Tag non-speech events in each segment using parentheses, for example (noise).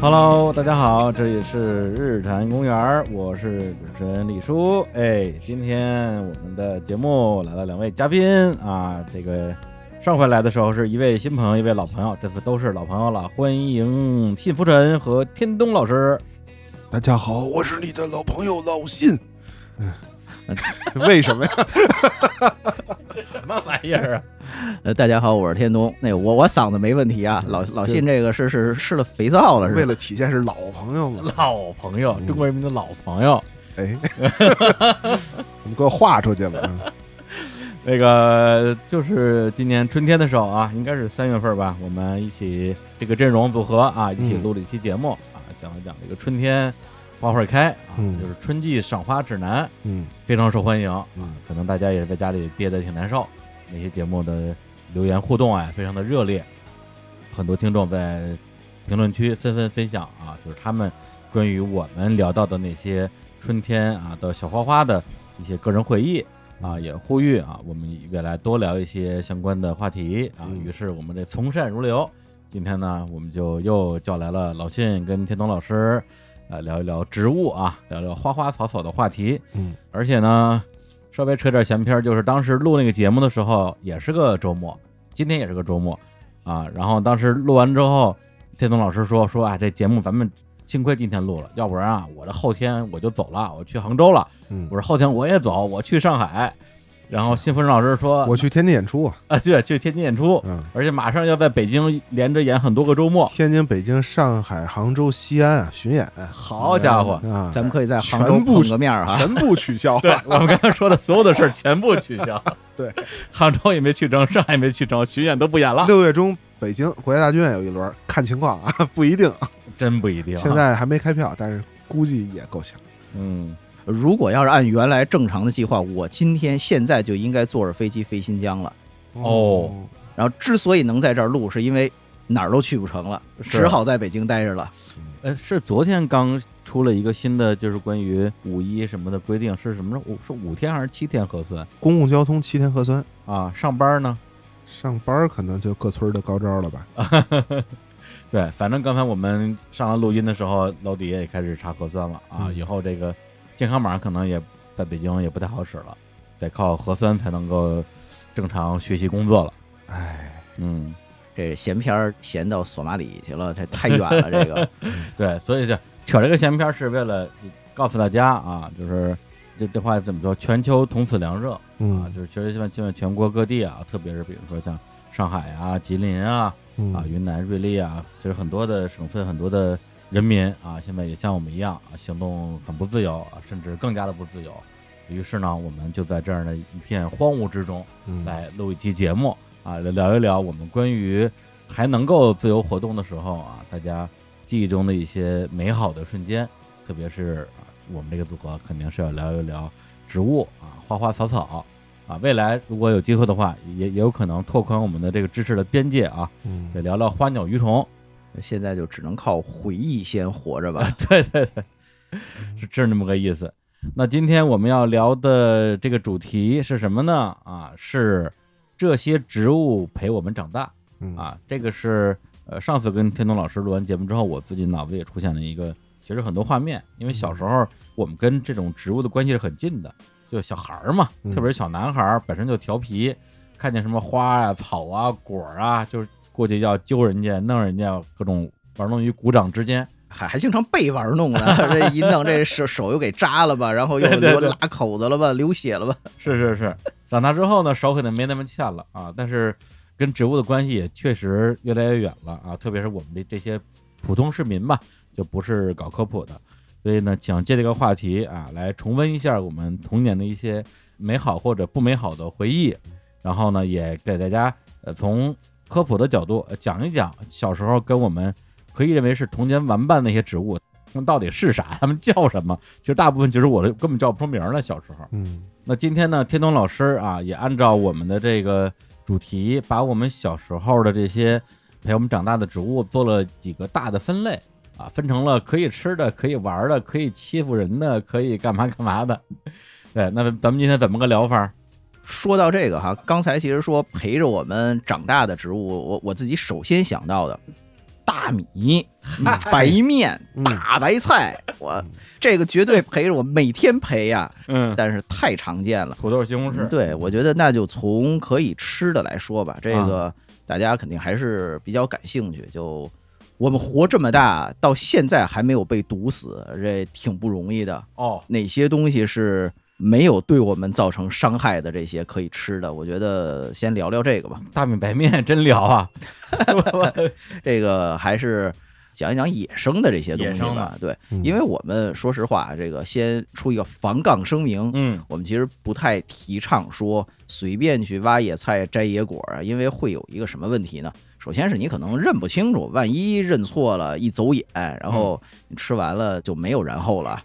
Hello，大家好，这里是日坛公园儿，我是主持人李叔。哎，今天我们的节目来了两位嘉宾啊，这个上回来的时候是一位新朋友，一位老朋友，这次都是老朋友了。欢迎信浮尘和天东老师。大家好，我是你的老朋友老信。为什么呀？什么玩意儿啊？呃，大家好，我是天东。那我我嗓子没问题啊，老老信这个是是试了肥皂了，是吧 (laughs) 嗯为了体现是老朋友嘛。 (laughs) 老朋友，中国人民的老朋友。哎， (laughs) 我们给我划出去了啊。那个就是今年春天的时候啊，应该是三月份吧，我们一起这个阵容组合啊，一起录了一期节目啊，讲一讲这个春天花会开啊，嗯就是春季赏花指南，嗯非常受欢迎啊嗯。可能大家也是在家里憋得挺难受，那些节目的留言互动啊，非常的热烈，很多听众在评论区纷纷分享啊，就是他们关于我们聊到的那些春天啊的小花花的一些个人回忆啊，嗯也呼吁啊，我们未来多聊一些相关的话题啊。嗯于是我们这从善如流，今天呢，我们就又叫来了老信跟天东老师，呃，聊一聊植物啊，聊聊花花草草的话题。嗯，而且呢，稍微扯点闲篇儿，就是当时录那个节目的时候，也是个周末，今天也是个周末啊。然后当时录完之后，天东老师说说啊，这节目咱们幸亏今天录了，要不然啊，我这后天我就走了，我去杭州了。嗯，我说后天我也走，我去上海。然后新福人老师说，嗯我去天津演出啊。啊，对，去天津演出，嗯，而且马上要在北京连着演很多个周末。天津、北京、上海、杭州、西安啊，巡演啊，好家伙，啊咱们可以在杭州全部碰个面儿啊哈。全部取消。对我们刚才说的所有的事儿全部取消。对，杭州也没去成，上海也没去成，巡演都不演了，六月中，北京国家大剧院有一轮，看情况啊， (laughs) 不一定。真不一定啊。现在还没开票，但是估计也够呛。嗯，如果要是按原来正常的计划，我今天现在就应该坐着飞机飞新疆了。哦，然后之所以能在这儿录，是因为哪儿都去不成了，是啊只好在北京待着了。呃，是昨天刚出了一个新的，就是关于五一什么的规定，是什么时候？五是五天还是七天核酸公共交通七天核酸，啊？上班呢？ (laughs) 上班可能就各村儿的高招了吧？对，反正刚才我们上来录音的时候，楼底下也开始查核酸了啊。嗯以后这个健康码可能也在北京也不太好使了，得靠核酸才能够正常学习工作了。哎，嗯，这闲篇儿闲到索马里去了，这太远了。这 (laughs) 个对，所以这扯这个闲篇儿是为了告诉大家啊，就是这这话怎么说？全球同此凉热，啊，嗯就是其实现在现在全国各地啊，特别是比如说像上海啊、吉林啊、啊嗯云南、瑞丽啊，其实很多的省份、很多的人民啊，现在也像我们一样啊，行动很不自由啊，甚至更加的不自由。于是呢，我们就在这样的一片荒芜之中嗯来录一期节目啊，来聊一聊我们关于还能够自由活动的时候啊，大家记忆中的一些美好的瞬间，特别是啊我们这个组合肯定是要聊一聊植物啊、花花草草啊。未来如果有机会的话，也也有可能拓宽我们的这个知识的边界啊，嗯得聊聊花鸟鱼虫。现在就只能靠回忆先活着 (laughs) 吧。啊 (laughs) 对对对，是是那么个意思。那今天我们要聊的这个主题是什么呢？啊，是这些植物陪我们长大。嗯啊，这个是呃上次跟天东老师录完节目之后，我自己脑子也出现了一个，其实很多画面，因为嗯小时候我们跟这种植物的关系是很近的，就小孩儿嘛，嗯特别是小男孩儿本身就调皮，看见什么花啊、草啊、果儿啊，就是过去要揪人家、弄人家，各种玩弄于股掌之间。还还经常被玩弄呢，这一弄这手手又给扎了吧，然后又流拉口子了吧，流血了吧，是是是，长大之后呢，手可能没那么欠了啊，但是跟植物的关系也确实越来越远了啊，特别是我们的这些普通市民吧，就不是搞科普的，所以呢，想借这个话题啊，来重温一下我们童年的一些美好或者不美好的回忆，然后呢，也给大家呃从科普的角度、呃讲一讲小时候跟我们可以认为是童年玩伴的那些植物。它们到底是啥？它们叫什么？其实大部分其实我都根本叫不出名儿来。小时候，嗯那今天呢，天东老师啊，也按照我们的这个主题，把我们小时候的这些陪我们长大的植物做了几个大的分类啊，分成了可以吃的、可以玩的、可以欺负人的、可以干嘛干嘛的。 (laughs) 对，那咱们今天怎么个聊法儿？说到这个哈，刚才其实说陪着我们长大的植物，我我自己首先想到的，大米、嗯白面、嗯大白菜，我这个绝对陪着我每天陪呀， (laughs) 嗯，但是太常见了。土豆西红柿，对，我觉得那就从可以吃的来说吧，这啊个大家肯定还是比较感兴趣。就我们活这么大，到现在还没有被毒死，这挺不容易的。哦，哪些东西是没有对我们造成伤害的？这些可以吃的，我觉得先聊聊这个吧。大米白面真聊啊， (laughs) 这个还是讲一讲野生的这些东野西生吧的。对，嗯因为我们说实话，这个先出一个防杠声明，嗯，我们其实不太提倡说随便去挖野菜、摘野果啊，因为会有一个什么问题呢？首先是你可能认不清楚，万一认错了，一走眼，然后你吃完了就没有然后了。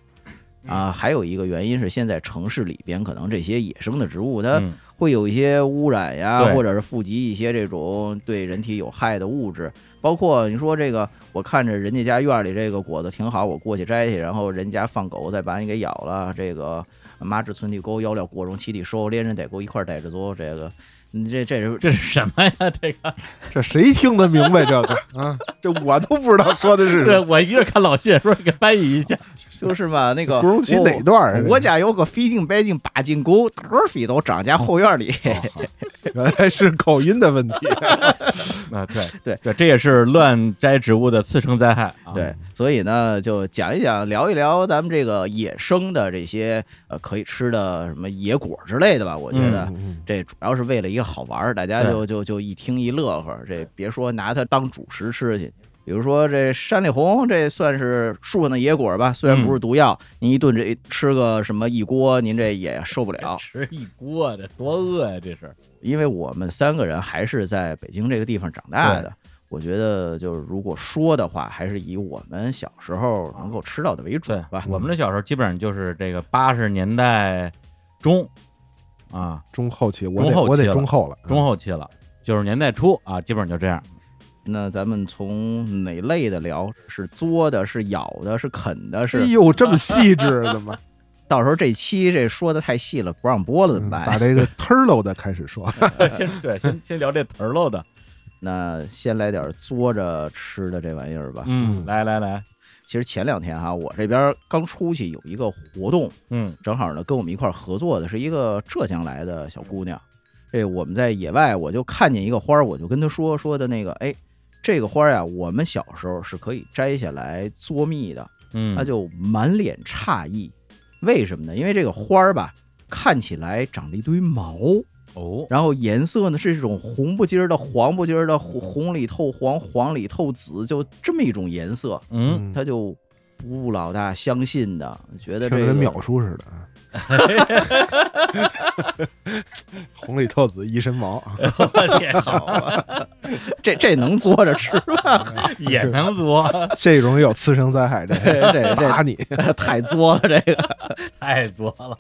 啊，还有一个原因是，现在城市里边可能这些野生的植物，它嗯会有一些污染呀，对或者是富集一些这种对人体有害的物质，包括你说这个，我看着人家家院里这个果子挺好，我过去摘去，然后人家放狗再把你给咬了，这个妈至村地沟，腰料果中七地收，连人带狗一块儿带着走，这个你这这 (laughs) 是这是什么呀？这个，这谁听得明白这个啊？这我都不知道说的是什这么。我一个看老谢说给翻译一下，就是嘛，那个郭荣奇哪段儿啊？我我家有个飞进白进八进沟，德儿飞都长家后院里。原来是口音的 (laughs) 问题。 (laughs) 啊，对对对，这也是乱摘植物的次生灾害啊，对，所以呢，就讲一讲，聊一聊咱们这个野生的这些呃可以吃的什么野果之类的吧。我觉得、嗯这主要是为了一个好玩儿，大家就就就一听一乐呵，这别说拿它当主食吃去。比如说这山里红，这算是树上的野果吧，虽然不是毒药，您一顿这吃个什么一锅，您这也受 (laughs) 不了。吃一锅，这多饿呀！这是，因为我们三个人还是在北京这个地方长大对的，我觉得就是如果说的话，还是以我们小时候能够吃到的为主对吧。我们这小时候基本上就是这个八十年代中啊中后期，我中得后期我得了中后了。嗯中后期了，九十年代初啊，基本上就这样。那咱们从哪类的聊？是嘬的，是咬的，是啃的，哎是？呦，这么细致的 (laughs) 吗？到时候这期这说的太细了，不让播了怎么嗯办？嗯把这个 turtle 的开始说，先对，先先聊这词儿喽的， (laughs) 那先来点嘬着吃的这玩意儿吧。嗯，来来来，其实前两天哈，我这边刚出去有一个活动，嗯正好呢跟我们一块儿合作的是一个浙江来的小姑娘。这我们在野外，我就看见一个花儿，我就跟她说说的那个，哎，这个花儿呀，我们小时候是可以摘下来嘬蜜的。嗯，她就满脸诧异，为什么呢？因为这个花儿吧，看起来长了一堆毛，哦，然后颜色呢是这种红不尖儿的、黄不尖儿的，红红里透黄，黄里透紫，就这么一种颜色。嗯， (laughs) 她就不老大相信的，觉得听这着跟个秒叔似的啊。(laughs) 红里透紫一身毛啊！我天，好啊吧，这这能坐着吃吗？也能作，这种有次生 (laughs) 灾害的，这这打你！ (laughs) 这太作了，这个。太作了，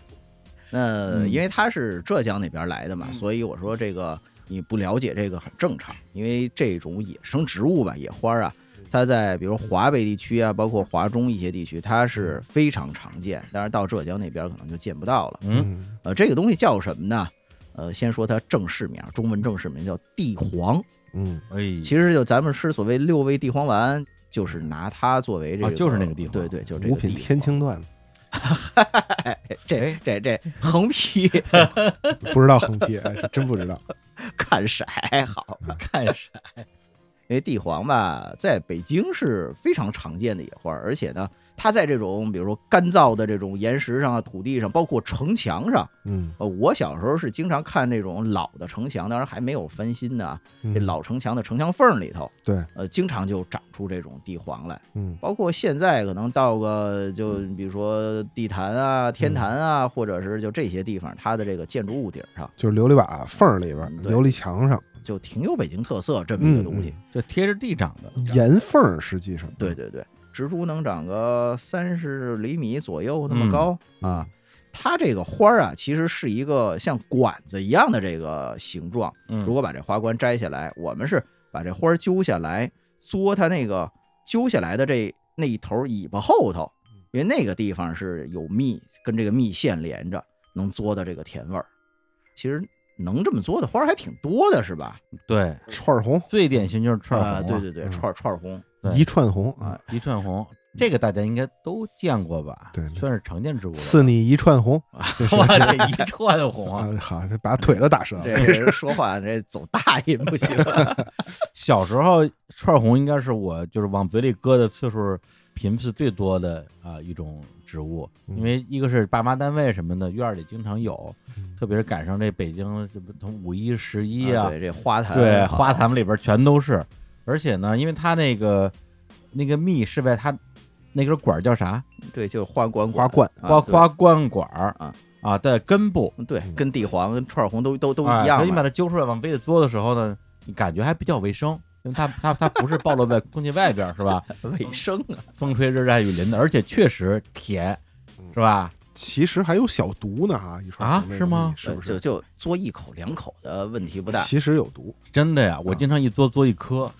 那嗯因为他是浙江那边来的嘛，嗯所以我说这个你不了解这个很正常，因为这种野生植物吧，野花啊。嗯它在比如华北地区啊，包括华中一些地区，它嗯是非常常见，但是到浙江那边可能就见不到了。嗯，呃，这个东西叫什么呢？呃，先说它正式名，中文正式名叫地黄。嗯哎，其实就咱们吃所谓六味地黄丸，就是拿它作为这个，啊就是那个地黄对对，就是嗯，这个五品地黄天，青段子，哎这这 (laughs) 这横批不知道横批，哎是真不 (laughs) 知道。看色好，看啥？因为地黄吧，在北京是非常常见的野花，而且呢，它在这种比如说干燥的这种岩石上啊、土地上，包括城墙上，嗯，呃，我小时候是经常看那种老的城墙，当然还没有翻新呢，啊嗯这老城墙的城墙缝里头，对，呃，经常就长出这种地黄来。嗯包括现在可能到个就比如说地坛啊、天坛啊，或者是就这些地方，它的这个建筑物顶上就是琉璃瓦缝儿里边儿，嗯对琉璃墙上就挺有北京特色这嗯么一个东西。就贴着地长的，岩缝儿，实际上嗯对对对，植株能长个三十厘米左右那嗯么高。啊，它这个花儿啊，其实是一个像管子一样的这个形状。嗯，如果把这花冠摘下来，我们是把这花儿揪下来，嘬它那个揪下来的这那一头尾巴后头，嗯因为那个地方是有蜜，跟这个蜜腺连着，能嘬到这个甜味儿。其实能这么嘬的花儿还挺多的，是吧？对，串儿红，最典型就是串啊，红，对，对对，哎嗯串串红。对一串红啊，一串红，这个大家应该都见过吧？对算是常见植物了。赐你一串红，就 (laughs) 是哇，这一串红啊！啊，好，把腿都打折这了。人说话这走大音不行，啊 (laughs) 小时候串红应该是我就是往嘴里搁的次数频次最多的啊、一种植物，嗯因为一个是爸妈单位什么的，院儿里经常有，嗯特别是赶上这北京这不从五一、十一啊，对这花坛，对，花坛里边全都是。而且呢，因为它那个那个蜜是在它那根管儿叫啥？对，就是花冠花冠，花啊对花冠管儿啊啊的根部对，跟地黄、跟串红都都都哎一样所以你把嘛。它揪出来往杯里嘬的时候呢，你感觉还比较卫生，因为它它它不是暴露在空气外边儿是吧？卫生啊，风吹日晒雨淋的，而且确实甜，是吧？其实还有小毒呢哈，一串啊红那是个吗东西是不？就是就嘬一口两口的问题不大。其实有毒，真的呀，我经常一嘬嘬一颗，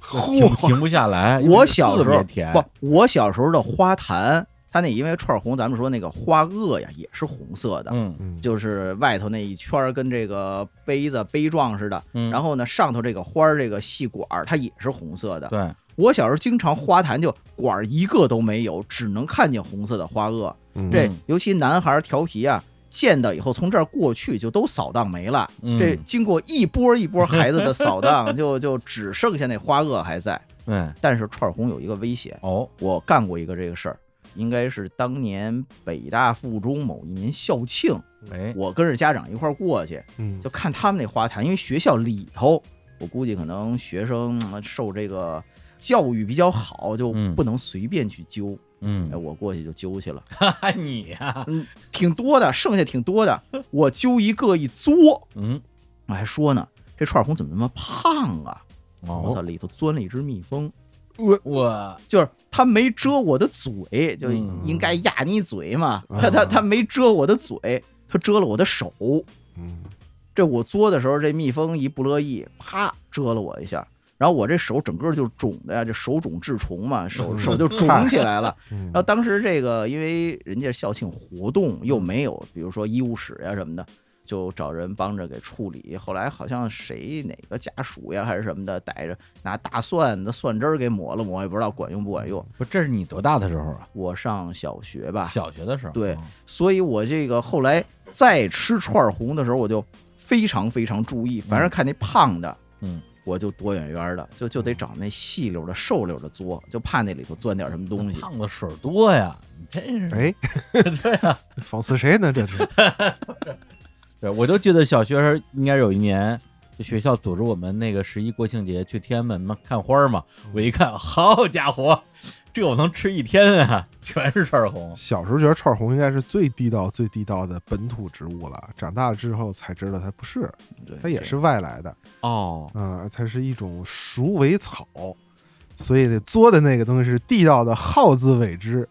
停嚯，停不下来。因为我刺小时特别候甜，不，我小时候的花坛，它那因为串红，咱们说那个花萼呀也是红色的，嗯嗯就是外头那一圈儿跟这个杯子杯状似的，嗯，然后呢上头这个花儿这个细管儿它也是红色的。对，我小时候经常花坛就管儿一个都没有，只能看见红色的花萼。嗯这嗯尤其男孩儿调皮啊，见到以后从这儿过去就都扫荡没了。嗯这经过一波一波孩子的扫荡， (laughs) 就就只剩下那花萼还在。对但是串儿红有一个危险，哦，我干过一个这个事儿，应该是当年北大附中某一年校庆，哎，我跟着家长一块儿过去，嗯就看他们那花坛，因为学校里头，我估计可能学生嗯受这个教育比较好，就嗯不能随便去揪。哎，嗯，我过去就揪去了，你呀，嗯，挺多的，剩下挺多的，我揪一个一嘬，嗯，我还说呢，这串红怎么那么胖啊？我操，哦，里头钻了一只蜜蜂。我就是他没遮我的嘴，就嗯哦应该压你嘴嘛。啊他他他没遮我的嘴，他遮了我的手。嗯这我嘬的时候，这蜜蜂一不乐意，啪遮了我一下，然后我这手整个就肿的呀，这手肿治虫嘛，手嗯手就肿起来了。嗯然后当时这个因为人家校庆活动又没有，比如说医务室呀什么的。就找人帮着给处理，后来好像谁哪个家属呀还是什么的，逮着拿大蒜的蒜汁儿给抹了抹，也不知道管用不管用。不，这是你多大的时候啊？我上小学吧，小学的时候，啊啊对所以我这个后来再吃串红的时候，我就非常非常注意，反正看那胖的，嗯，我就躲远远的，就嗯就得找那细溜的、瘦溜的嘬，就怕那里头钻点什么东西。胖子水儿多呀，你真是。哎， (laughs) 啊讽刺谁呢？这是对，我就记得小学时候应该有一年，就学校组织我们那个十一国庆节去天安门嘛看花儿嘛，我一看， (laughs) 好家伙，这我能吃一天啊，全是串儿红。小时候觉得串红应该是最地道、最地道的本土植物了，长大了之后才知道它不是，对，它也是外来的。哦，嗯，它是一种鼠尾草，所以得嘬的那个东西是地道的耗子尾汁，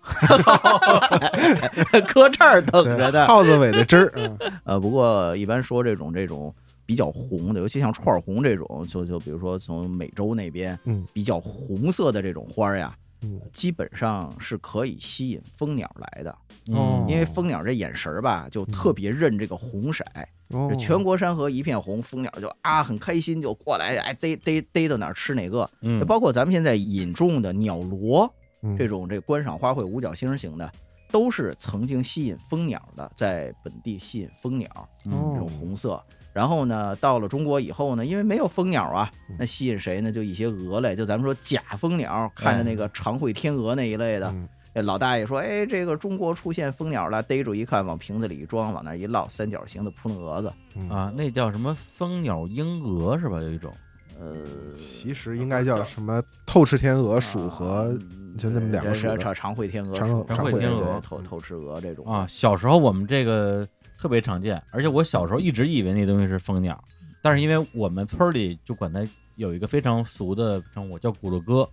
对 (laughs) 搁这儿等对着的。耗子尾的汁儿。 (laughs) 嗯呃，不过一般说这种这种比较红的，尤其像串红这种，就就比如说从美洲那边，嗯比较红色的这种花儿呀，嗯基本上是可以吸引蜂鸟来的。哦嗯因为蜂鸟这眼神儿吧，就特嗯别认这个红色。哦这全国山河一片红，蜂鸟就啊很开心就过来，哎逮逮逮到哪儿吃哪个。就嗯，包括咱们现在引种的鸟螺嗯这种这观赏花卉五角星型的，都是曾经吸引蜂鸟的，在本地吸引蜂鸟这种哦红色。然后呢，到了中国以后呢，因为没有蜂鸟啊嗯，那吸引谁呢？就一些蛾类，就咱们说假蜂鸟，看着那个长喙天鹅那一类的，哎嗯哎，老大爷说：“哎，这个中国出现蜂鸟了。”逮住一看，往瓶子里一装，往那儿一落，三角形的扑棱蛾子。嗯啊，那叫什么蜂鸟、鹰蛾是吧？有一种呃，其实应该叫什么透视天鹅鼠和嗯就那么对两个这属的这长长喙天鹅长属，长喙对天对嗯鹅透透视蛾这种啊，，小时候我们这个特别常见，而且我小时候一直以为那东西是蜂鸟，但是因为我们村儿里就管它有一个非常俗的称呼叫咕噜哥，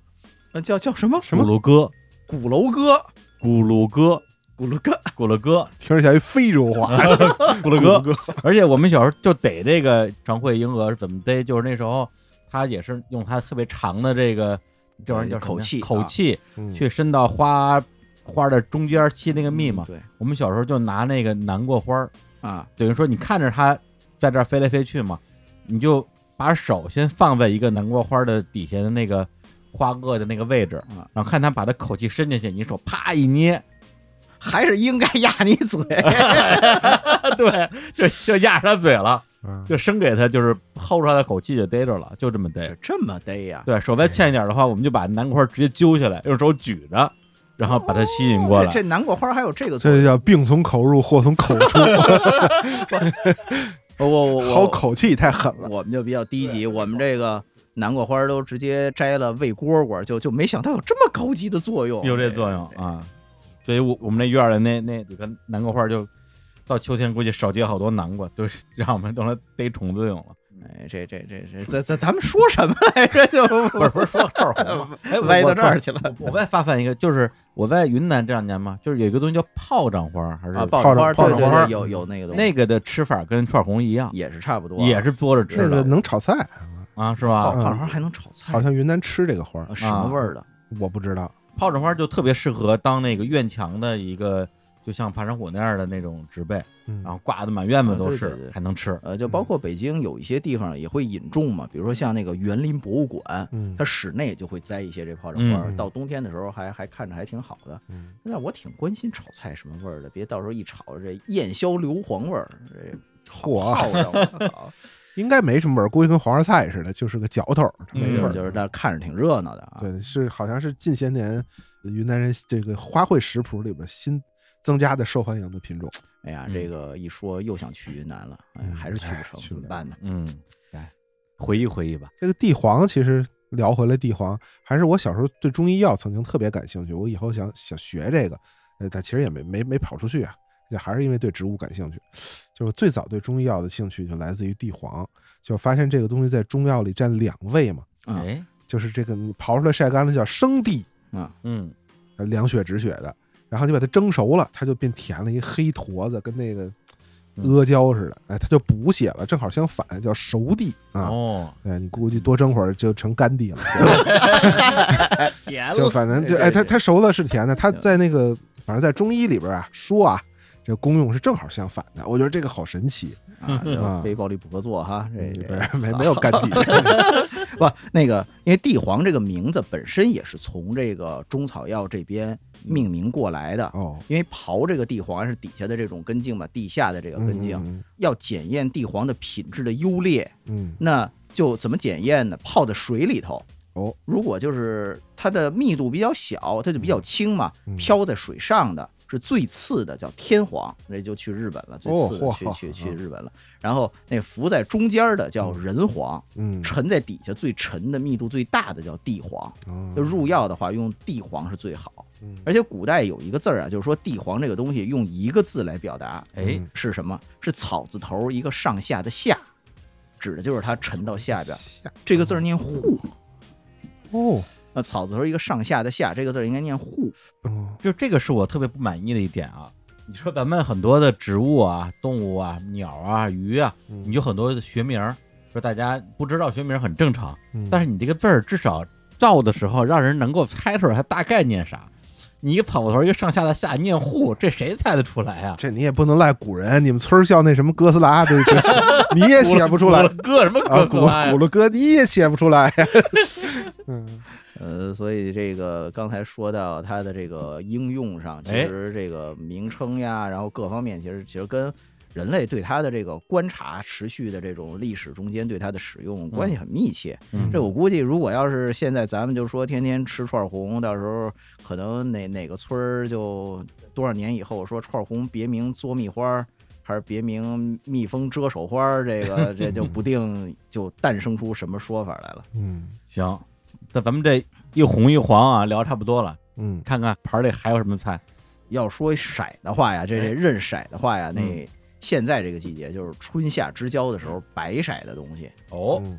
呃叫叫什么咕噜哥，鼓楼哥，咕噜哥，鼓楼哥，咕噜哥， (laughs) 听着像一非洲话。咕噜哥，而且我们小时候就逮这个长喙鹰蛾是怎么逮，就是那时候它也是用它特别长的这个这玩意儿叫什么呀哎口气啊口气嗯去伸到花花的中间吸那个蜜嗯嘛。对我们小时候就拿那个南瓜花儿，啊，等于说你看着它在这儿飞来飞去嘛，你就把手先放在一个南瓜花的底下的那个花萼的那个位置啊，然后看他把他口气伸进去，你手啪一捏，还是应该压你 (laughs) 嘴。 (laughs) 对，就就压着他嘴了，嗯就生给他，就是薅出他的口气就逮着了，就这么逮哎是。这么逮呀、对手再欠一点的话，我们就把南瓜直接揪下来，用手举着，然后把它吸引过来。这这南瓜花还有这个这作就用，叫病从口入，祸从口出，我我我好口气太狠了。我们就比较低级，我们这个南瓜花都直接摘了喂蝈蝈，就就没想到有这么高级的作用，哎有这作用啊。所以我我们那院儿的那那几个南瓜花儿就到秋天估计少结好多南瓜，都是让我们用来逮虫子用了。哎，这这这这咱咱咱们说什么来着？就不是不是说这儿红 (laughs) 吗？哎，我歪到这儿我去了啊我我再发散一个，就是我在云南这两年嘛，就是有一个东西叫炮仗花儿，还是啊，爆米花，泡着泡着对对花对，有有那个东西，那个的吃法跟串红一样，也是差不多，也是嘬着吃这个的能炒菜，啊，是爆吧？米花还能炒菜，嗯好像云南吃这个花儿啊，什么味儿的？我不知道。炮仗花就特别适合当那个院墙的一个，就像爬山虎那样的那种植被，嗯然后挂的满院子啊都对是对，对还能吃。呃，就包括北京有一些地方也会引种嘛，比如说像那个园林博物馆，嗯它室内就会栽一些这炮仗花儿，嗯到冬天的时候还还看着还挺好的。嗯但我挺关心炒菜什么味儿的，别到时候一炒这燕硝硫磺味儿， (laughs) 这嚯好着我操应该没什么味儿，估计跟黄花菜似的，就是个嚼头儿，没嗯味就儿。是就是，但看着挺热闹的啊。对，是好像是近些年呃云南人这个花卉食谱里边新增加的受欢迎的品种。哎呀，嗯这个一说又想去云南了，哎呀，嗯还是去不哎成，去怎不么了办呢？嗯，来回忆回忆吧。这个地黄其实聊回来，地黄还是我小时候对中医药曾经特别感兴趣，我以后想想学这个，呃，但其实也没没没跑出去啊，也还是因为对植物感兴趣。就是我最早对中医药的兴趣就来自于地黄，就发现这个东西在中药里占两位嘛，啊哎，就是这个你刨出来晒干了叫生地，啊，嗯，呃凉血止血的，然后你把它蒸熟了，它就变甜了一黑坨子，跟那个嗯阿胶似的，哎，它就补血了，正好相反，叫熟地啊。哦，哎，你估计多蒸会儿就成干地了，甜就反正就哎，它它熟了是甜的，它在那个反正在中医里边啊说啊，这功用是正好相反的，我觉得这个好神奇，啊，这个啊非暴力不合作哈，这这没没没有干地，不，那个，因为地黄这个名字本身也是从这个中草药这边命名过来的。哦，因为刨这个地黄是底下的这种根茎嘛，地下的这个根茎，嗯要检验地黄的品质的优劣，嗯，那就怎么检验呢？泡在水里头。哦，如果就是它的密度比较小，它就比较轻嘛，嗯飘在水上的是最次的，叫天皇，这就去日本了，最哦次的嚯去、好去好去日本了。然后那浮在中间的叫人皇，嗯，沉在底下最沉的、密度最大的叫地黄。嗯就入，药的话，用地黄是最好。嗯而且古代有一个字儿啊，就是说地黄这个东西用一个字来表达哎，嗯是什么？是草字头一个上下的下，指的就是它沉到下边。下这个字儿念户，哦，那草字头一个上下的下，这个字儿应该念户。哦，就这个是我特别不满意的一点啊。你说咱们很多的植物啊、动物啊、鸟啊、鱼啊，你你有很多的学名儿，说大家不知道学名儿很正常，但是是你这个字儿至少造的时候让人能够猜出来它大概念啥。你一个草字头一个上下的下念户，这谁猜得出来啊？这你也不能赖古人，你们村儿叫那什么哥斯拉，对不起，你也写不出来咕噜哥什么啊，哥古古噜了哥你也写不出来呀。嗯呃，所以这个刚才说到它的这个应用上，其哎实这个名称呀，然后各方面，其实其实跟人类对它的这个观察、持续的这种历史中间对它的使用关系很密切。嗯这我估计，如果要是现在咱们就说天天吃串红，到时候可能哪哪个村儿就多少年以后说串红别名作蜜花儿，还是别名蜜蜂遮手花儿，这个这就不定就诞生出什么说法来了。嗯行，那咱们这一红一黄啊，聊差不多了，嗯，看看盘儿里还有什么菜。要说色的话呀，这这认色的话呀，那现在这个季节就是春夏之交的时候，白色的东西哦，嗯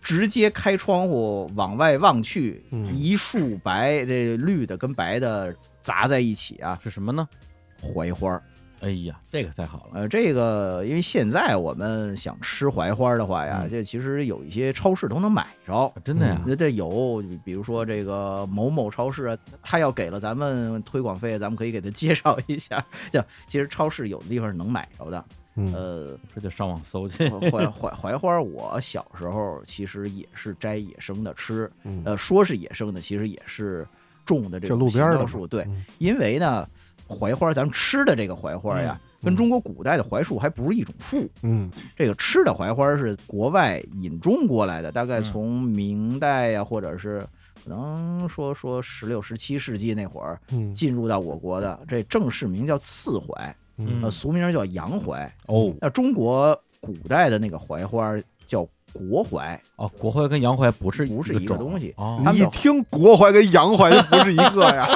直接开窗户往外望去，嗯一束白这绿的跟白的杂在一起啊，是什么呢？槐花儿。哎呀，这个太好了。呃，这个因为现在我们想吃槐花的话呀，嗯这其实有一些超市都能买着。真的呀，那这有，比如说这个某某超市，啊，他要给了咱 (laughs) 们推广费，咱们可以给他介绍一下。就其实超市有的地方是能买着的，嗯呃，这就上网搜去。槐槐槐花，我小时候其实也是摘野生的吃，嗯呃，说是野生的，其实也是种的这就种路边儿的香蕉嘛树。对嗯，因为呢，槐花咱们吃的这个槐花呀，跟中国古代的槐树还不是一种树。嗯这个吃的槐花是国外引种过来的，大概嗯从明代呀，或者是可能说说十六、十七世纪那会儿嗯进入到我国的。这正式名叫刺槐，嗯呃，俗名叫洋槐。哦那中国古代的那个槐花叫国槐，哦，国槐跟洋槐不是不是一一个种东西哦 (laughs) 他，们你一的听国槐跟洋槐就不是一个 (laughs) 呀，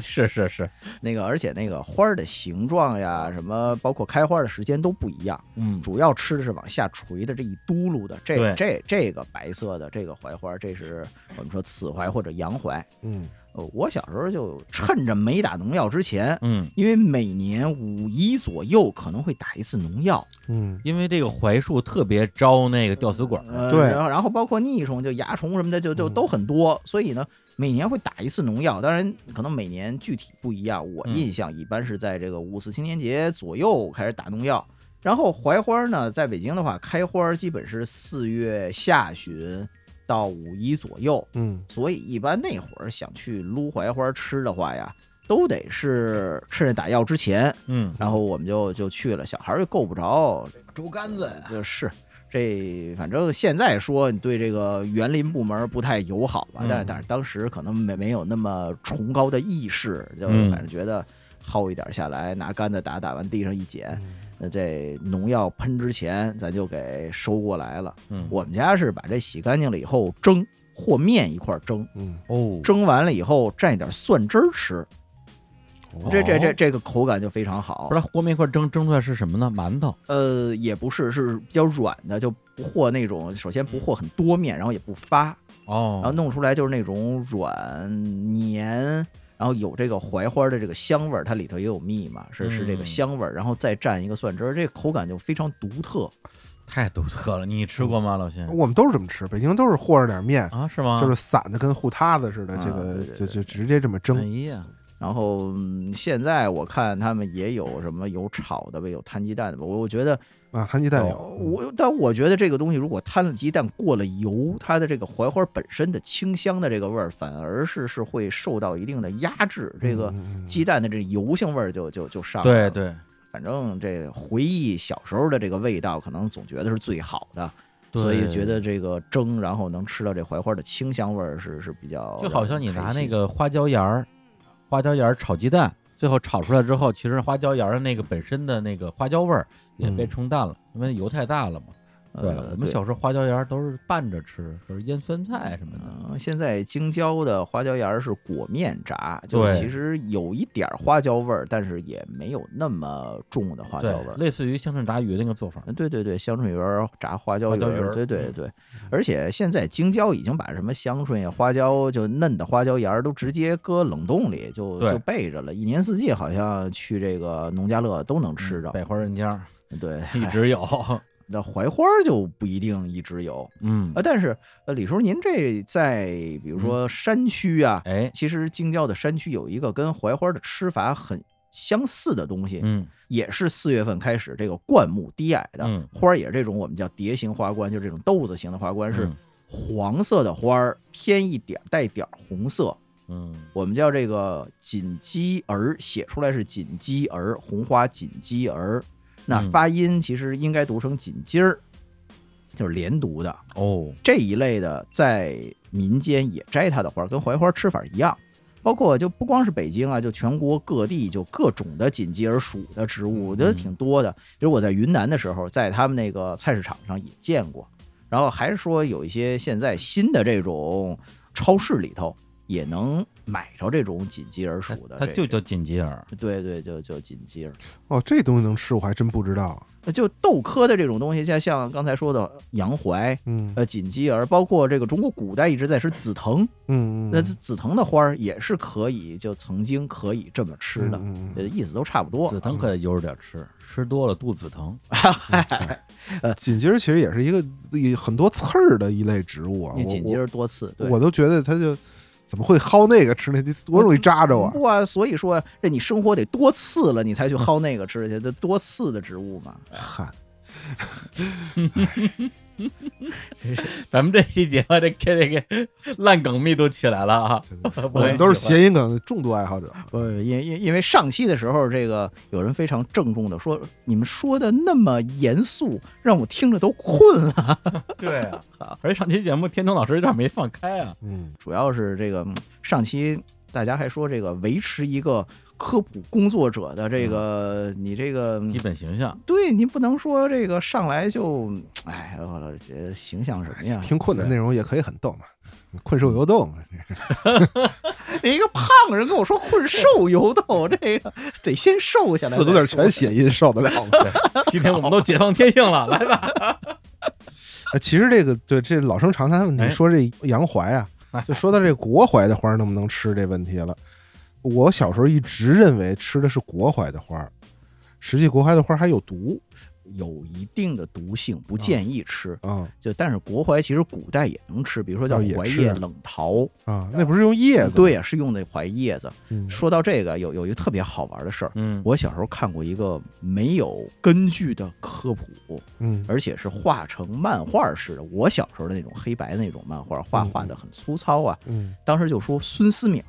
是是是，那个而且那个花儿的形状呀，什么包括开花的时间都不一样。嗯，主要吃的是往下垂的这一嘟噜的，这对这这个白色的这个槐花，这是我们说此槐或者洋槐。嗯呃，我小时候就趁着没打农药之前，嗯，因为每年五一左右可能会打一次农药，嗯因为这个槐树特别招那个吊死鬼儿，呃，对然后然后包括腻虫，就蚜虫什么的，就就嗯都很多，所以呢，每年会打一次农药。当然，可能每年具体不一样，我嗯印象一般是在这个五四青年节左右开始打农药。然后槐花呢，在北京的话，开花基本是四月下旬到五一左右，嗯所以一般那会儿想去撸槐花吃的话呀，都得是趁着打药之前，嗯，然后我们就就去了，小孩儿又够不着，竹竿子就是这，反正现在说你对这个园林部门不太友好吧，嗯但是但是当时可能没没有那么崇高的意识，就嗯反正觉得薅一点下来，拿杆子打，打完地上一嗯捡，那这农药喷之前咱就给收过来了。嗯，我们家是把这洗干净了以后蒸，和面一块儿蒸，嗯哦，蒸完了以后蘸一点蒜汁儿吃，这这这哦这个口感就非常好。不是和面一块蒸蒸出来是什么呢？馒头，呃，也不是，是比较软的，就不和那种，首先不和很多面，然后也不发，然后哦，弄出来就是那种软黏，然后有这个槐花的这个香味儿，它里头也有蜜嘛，是是这个嗯香味儿，然后再蘸一个蒜汁儿，这个口感就非常独特。太独特了，你吃过吗，老辛？我们都是这么吃，北京都是和着点面，啊，是吗？就是散的跟糊塌子似的，啊这个对对就对就直接这么哎蒸。呀，然后、嗯现在我看他们也有什么有炒的呗，有摊鸡蛋的呗，我我觉得啊，含鸡蛋有，哦嗯我但我觉得这个东西如果摊了鸡蛋过了油，它的这个槐花本身的清香的这个味儿，反而是是会受到一定的压制，这个嗯鸡蛋的这油性味儿就就就上来对了。，对反正这回忆小时候的这个味道，可能总觉得是最好的，对，所以觉得这个蒸，然后能吃到这槐花的清香味儿是是比较就好像你拿让人开那心个花椒盐儿，花椒盐儿炒鸡蛋，最后炒出来之后，其实花椒盐儿的那个本身的那个花椒味儿也被嗯冲淡了，因为油太大了嘛。对，呃我们对小时候花椒盐儿都是拌着吃，就是腌酸菜什么的。嗯，现在京椒的花椒盐儿是裹面炸，就是对其实有一点儿花椒味儿，但是也没有那么重的花椒味对，儿。类似于香椿炸鱼那个做法。嗯对对对，香椿鱼儿炸花椒花鱼椒鱼儿，儿嗯对对对。而且现在京椒已经把什么香椿呀、花椒就嫩的花椒盐儿都直接搁冷冻里就对就备着了，一年四季好像去这个农家乐都能吃着。百花人家对，嗯一嗨直 (laughs) 有，那槐花儿就不一定一直有嗯啊。，但是呃，李叔，您这在比如说山区啊，哎，其实京郊的山区有一个跟槐花的吃法很相似的东西，嗯也是四月份开始这个灌木低矮的、嗯花儿，也是这种我们叫蝶形花冠，就是这种豆子形的花冠，是嗯黄色的花儿偏一点儿带一点儿红色，嗯，我们叫这个锦鸡儿，写出来是锦鸡儿，红花锦鸡儿，那嗯发音其实应该读成锦鸡儿，就是连读的。哦，这一类的，在民间也摘它的花儿，跟槐花吃法一样。包括就不光是北京啊，就全国各地就各种的紧急而属的植嗯物，我觉得挺多的。比如我在云南的时候，在他们那个菜市场上也见过，然后还是说有一些现在新的这种超市里头也能买着这种紧急而它属的它这就个、叫锦鸡儿，对对，就就紧急而。哦，这东西能吃，我还真不知道。就豆科的这种东西，像像刚才说的洋槐，嗯呃，锦鸡儿，包括这个中国古代一直在吃紫藤，嗯，那这紫藤的花儿也是可以，就曾经可以这么吃的，嗯呃，意思都差不多紫。藤可得悠着点吃，吃多了肚子疼。呃锦鸡儿其实也呃是一个一很多刺儿的一类植物啊，你我锦鸡我儿多次，对，我都觉得它就怎么会薅那个吃那？多容易扎着啊！不啊，所以说这你生活得多次了，你才去薅那个吃去，这多次的植物嘛。嗨， (laughs) 咱们这期节目这这个烂梗密度起来了啊！真的我我们很都是喜欢谐音梗的重度爱好者。不，呃因因因为上期的时候，这个有人非常郑重的说，你们说的那么严肃，让我听着都困了。对啊，而且上期节目天童老师有点没放开啊，嗯，主要是这个嗯上期大家还说这个维持一个科普工作者的这个、你这个嗯基本形象。对你不能说这个上来就哎，我老觉得形象什么呀？听困的内容也可以很逗嘛，困兽犹斗嘛。这是你一个胖人跟我说困兽犹斗，这个得先瘦 (laughs) 下来。四个字儿全谐音，受 (laughs) 得 (laughs) 了吗？今天我们都解放天性了，来吧，呃其实这个对这老生常谈问题，哎说这洋槐啊，哎就说到这国槐的花儿能不能吃这问题了。我小时候一直认为吃的是国槐的花儿，实际国槐的花儿还有毒有一定的毒性，不建议吃。啊就但是国槐其实古代也能吃，比如说叫哦也槐吃叶冷淘，啊，那不是用叶子吗？嗯对，是用的槐叶子。嗯，说到这个，有有一个特别好玩的事 (laughs) 儿。嗯，我小时候看过一个没有根据的科普，嗯而且是画成漫画似的。我小时候的那种黑白那种漫画，画嗯画的很粗糙啊。嗯，当时就说孙思邈，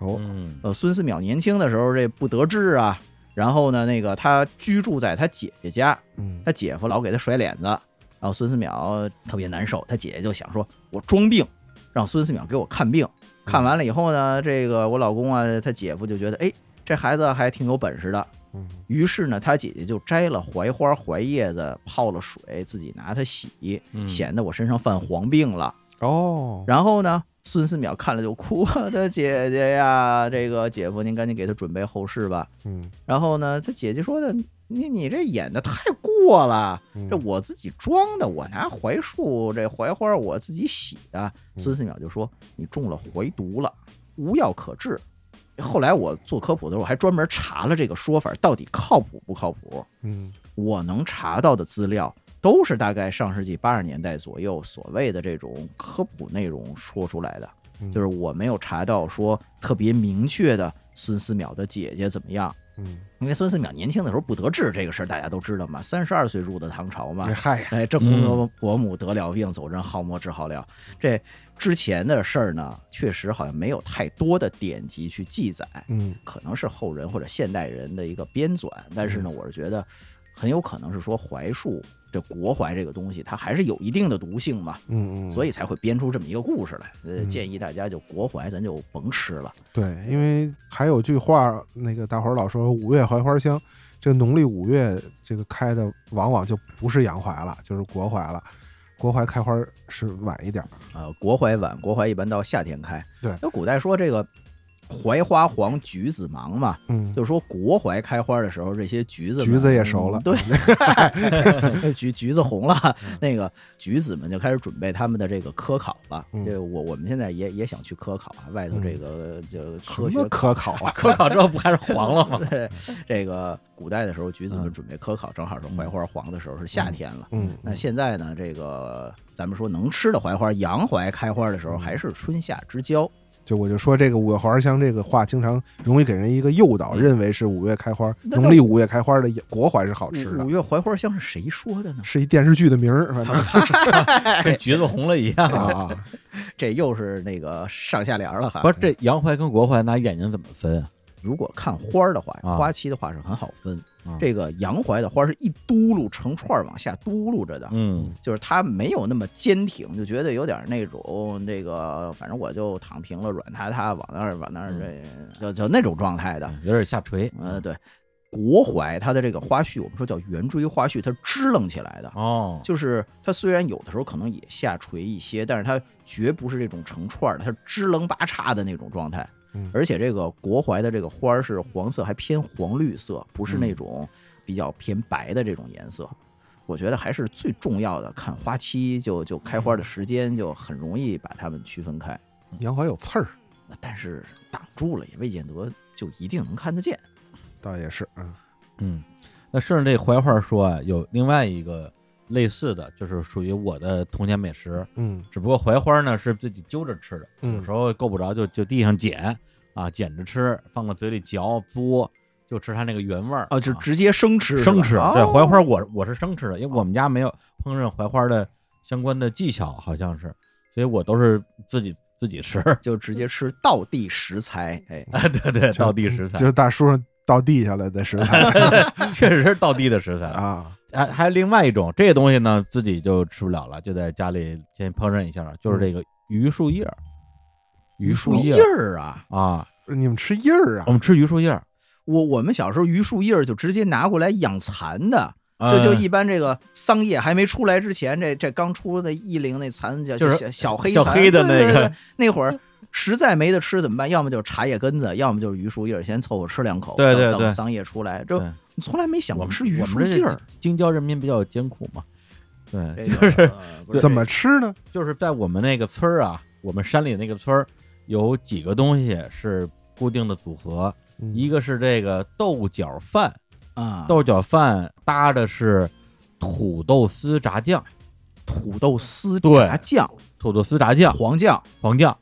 哦，嗯呃，孙思邈年轻的时候这不得志啊，然后呢，那个他居住在他姐姐家，嗯他姐夫老给他甩脸子，然后孙思邈特别难受，他姐姐就想说，我装病，让孙思邈给我看病。看完了以后呢，这个我老公啊，他姐夫就觉得，哎，这孩子还挺有本事的。嗯于是呢，他姐姐就摘了槐花、槐叶子，泡了水，自己拿它洗，嗯显得我身上犯黄病了。哦，然后呢，孙思邈看了就哭，我的姐姐呀，这个姐夫您赶紧给他准备后事吧。嗯，然后呢，他姐姐说的，你你这演的太过了，嗯这我自己装的，我拿槐树这槐花我自己洗的。嗯孙思邈就说你中了槐毒了，无药可治。后来我做科普的时候，我还专门查了这个说法到底靠谱不靠谱。嗯我能查到的资料都是大概上世纪八十年代左右所谓的这种科普内容说出来的，嗯就是我没有查到说特别明确的孙思邈的姐姐怎么样。嗯，因为孙思邈年轻的时候不得志这个事儿大家都知道嘛，三十二岁入的唐朝嘛 (laughs) 这，嗨呀，哎，正宫伯伯母得了病，走人好魔治好了。这之前的事儿呢，确实好像没有太多的典籍去记载，嗯可能是后人或者现代人的一个编纂，但嗯是呢，我是觉得很有可能是说槐树这国槐这个东西，它还是有一定的毒性嘛，嗯嗯，所以才会编出这么一个故事来。呃，嗯建议大家就国槐咱就甭吃了。对，因为还有句话，那个大伙儿老说“五月槐花香”，这农历五月这个开的往往就不是洋槐了，就是国槐了。国槐开花是晚一点儿，呃，国槐晚，国槐一般到夏天开。对那古代说这个槐花黄，橘子忙嘛，嗯，就是说国槐开花的时候，这些橘子们橘子也熟了嗯嗯 (laughs) 对， (laughs) 橘橘子红了，那个橘子们就开始准备他们的这个科考了。嗯这我我们现在也也想去科考啊，外头这个就什科学么科考啊？科考之后不还是黄了吗？ (laughs) 对，这个古代的时候，橘子们嗯准备科考，正好是槐花黄的时候，是夏天了。 (laughs) 嗯，那现在呢，这个咱们说能吃的槐花，洋槐开花的时候嗯还是春夏之交。就我就说这个“五月槐花香”这个话，经常容易给人一个诱导，嗯认为是五月开花，那农历五月开花的国槐是好吃五的五，月槐花香是谁说的呢？ (laughs) 是一电视剧的名儿，反正哎跟橘子红了一样啊！啊，啊这又是那个上下联了哈。不是这洋槐跟国槐拿眼睛怎么分啊？如果看花儿的话，啊花期的话是很好分。啊这个洋槐的花是一嘟噜成串儿往下嘟噜着的，嗯就是它没有那么坚挺，就觉得有点那种那个，反正我就躺平了，软塌塌往那儿往那儿这、就就那种状态的。嗯有点下垂。呃，对，国槐它的这个花序，我们说叫圆锥花序，它是支棱起来的。哦，就是它虽然有的时候可能也下垂一些，但是它绝不是这种成串儿的，它是支棱八叉的那种状态。嗯而且这个国槐的这个花儿是黄色，还偏黄绿色，不是那种比较偏白的这种颜色。我觉得还是最重要的，看花期就就开花的时间就很容易把它们区分开。洋槐有刺儿，那但是挡住了也未见得就一定能看得见。倒也是，嗯嗯，那顺着这槐花说啊，有另外一个类似的，就是属于我的童年美食。嗯只不过槐花呢是自己揪着吃的，嗯有时候够不着就就地上捡啊，捡着吃，放到嘴里嚼嘬，就吃它那个原味儿啊哦，就直接生吃是吧，生吃。对，哦槐花我我是生吃的，因为我们家没有烹饪槐花的相关的技巧，好像是，所以我都是自己自己吃。 (laughs) 就直接吃道地食材，哎，啊，对对，就道地食材就，是大树上倒地下来的食 (laughs) 材确实是道地的食材。啊，还还有另外一种，这个东西呢，自己就吃不了了，就在家里先烹饪一下，就是这个榆树叶儿。榆树叶嗯叶儿儿啊，啊，你们吃叶儿我啊？们吃榆树叶儿，我我们小时候榆树叶儿就直接拿过来养蚕的，这就嗯一般这个桑叶还没出来之前，这这刚出的一龄那蚕叫就是小小黑小蚕黑的对那对个对对那会儿。实在没得吃怎么办？要么就是茶叶根子，要么就是榆树叶儿，先凑合吃两口。对对等等对桑叶出来，就对你从来没想我过们吃榆我树们这叶儿。京郊人民比较艰苦嘛，对，这个就是呃不对是怎么吃呢？就是在我们那个村儿啊，我们山里那个村儿有几个东西是固定的组合，嗯一个是这个豆角饭，啊？豆角饭搭的是土豆丝炸酱，土豆丝对炸酱、土豆丝炸酱黄酱，黄酱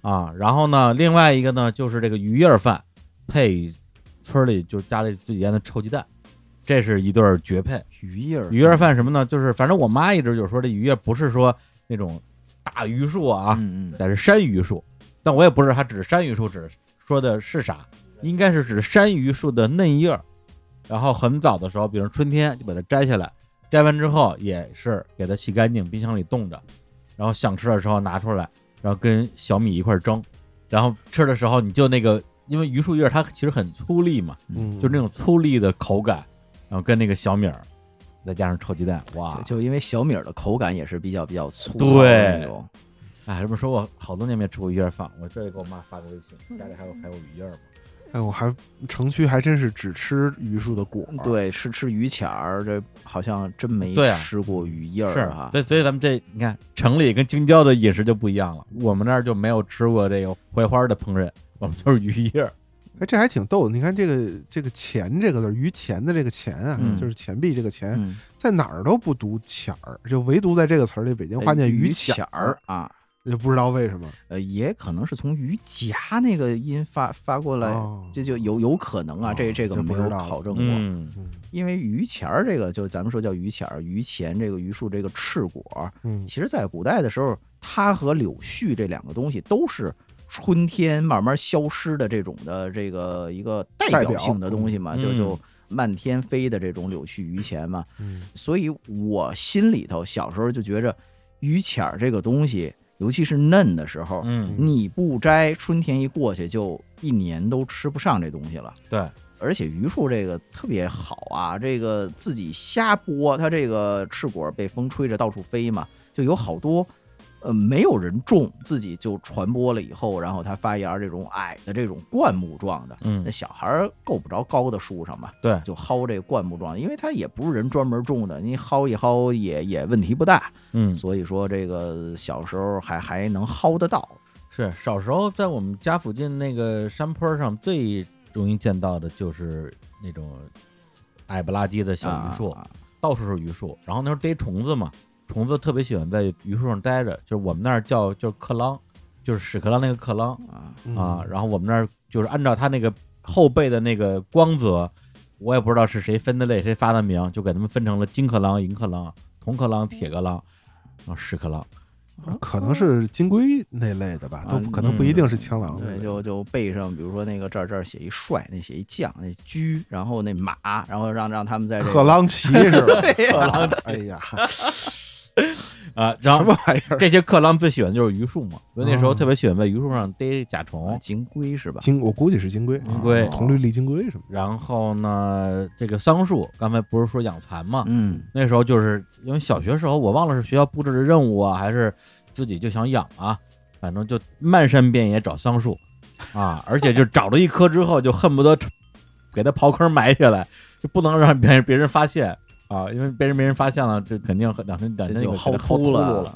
啊，然后呢，另外一个呢就是这个鱼叶饭配村儿里就家里自己腌的臭鸡蛋，这是一对儿绝配。鱼叶儿鱼叶饭什么呢？就是反正我妈一直就说这鱼叶啊不是说那种大榆树啊，嗯嗯，但是山榆树。但我也不知道它指的山榆树指的说的是啥，应该是指山榆树的嫩叶儿。然后很早的时候，比如春天就把它摘下来，摘完之后也是给它洗干净，冰箱里冻着，然后想吃的时候拿出来，然后跟小米一块儿蒸。然后吃的时候你就那个，因为榆树叶儿它其实很粗粒嘛，嗯，就那种粗粒的口感，然后跟那个小米儿，再加上臭鸡蛋，哇就！就因为小米儿的口感也是比较比较粗对糙的那种。哎，这么说，我好多年没吃过鱼叶饭，我这也给我妈发个微嗯信，家里还有还有鱼叶吗？哎，我还城区还真是只吃榆树的果。，啊对，吃吃榆钱儿，这好像真没啊对啊吃过榆叶儿哈是，。所以所以咱们这你看，城里跟京郊的饮食就不一样了，我们那儿就没有吃过这个槐花的烹饪，我们就是鱼叶儿。哎，这还挺逗的。你看这个这个“钱”这个字儿，榆钱的这个“钱”啊，嗯就是钱币这个“钱”，嗯，在哪儿都不读“钱儿”，就唯独在这个词儿里，北京话念“榆钱哎儿”，啊，就不知道为什么。呃，也可能是从榆荚那个音发发过来，哦这就有有可能啊，哦这这个这不没知有道了考证过，嗯嗯因为榆钱儿这个就咱们说叫榆钱儿，榆钱这个榆树这个翅果，嗯其实在古代的时候，它和柳絮这两个东西都是。春天慢慢消失的这种的这个一个代代表表性的东西嘛，嗯就就漫天飞的这种柳絮榆钱嘛，嗯所以我心里头小时候就觉着榆钱儿这个东西，尤其是嫩的时候，嗯，你不摘，春天一过去就一年都吃不上这东西了。对，而且榆树这个特别好啊，这个自己瞎剥，它这个翅果被风吹着到处飞嘛，就有好多。呃，没有人种，自己就传播了以后，然后它发芽，这种矮的这种灌木状的，嗯那小孩儿够不着高的树上嘛，对就薅这灌木状的，因为它也不是人专门种的，你薅一薅也也问题不大，嗯所以说这个小时候还还能薅得到，是小时候在我们家附近那个山坡上最容易见到的就是那种矮不拉几的小榆树，啊到处是榆树，然后那时候逮虫子嘛，虫子特别喜欢在榆树上待着，就是我们那儿叫叫克啷，就是屎壳郎那个克啷啊，嗯啊，然后我们那儿就是按照它那个后背的那个光泽，我也不知道是谁分的类，谁发的名，就给他们分成了金克啷、银克啷、铜克啷、铁克啷，然后屎壳郎。可能是金龟那类的吧，都啊可能不一定是枪狼对，类的。就就背上，比如说那个这儿这儿写一帅，那写一将，那车，然后那马，然后让让他们在这克个朗奇是吧？ (laughs) 对呀哎呀，啊，然什后么玩意儿？这些克啷最喜欢就是榆树嘛，所以那时候哦啊特别喜欢在榆树上逮甲虫。金龟是吧？金，我估计是金龟，金龟啊铜绿绿金龟什么然后呢，这个桑树，刚才不是说养蚕嘛，嗯，那时候就是因为小学时候我忘了是学校布置的任务啊，还是自己就想养啊，反正就漫山遍野找桑树啊，而且就找着一棵之后就恨不得给它刨坑埋起来，就不能让别人别人发现啊，因为别人没人发现了，这肯定很两天两这天就薅薅秃了了。的。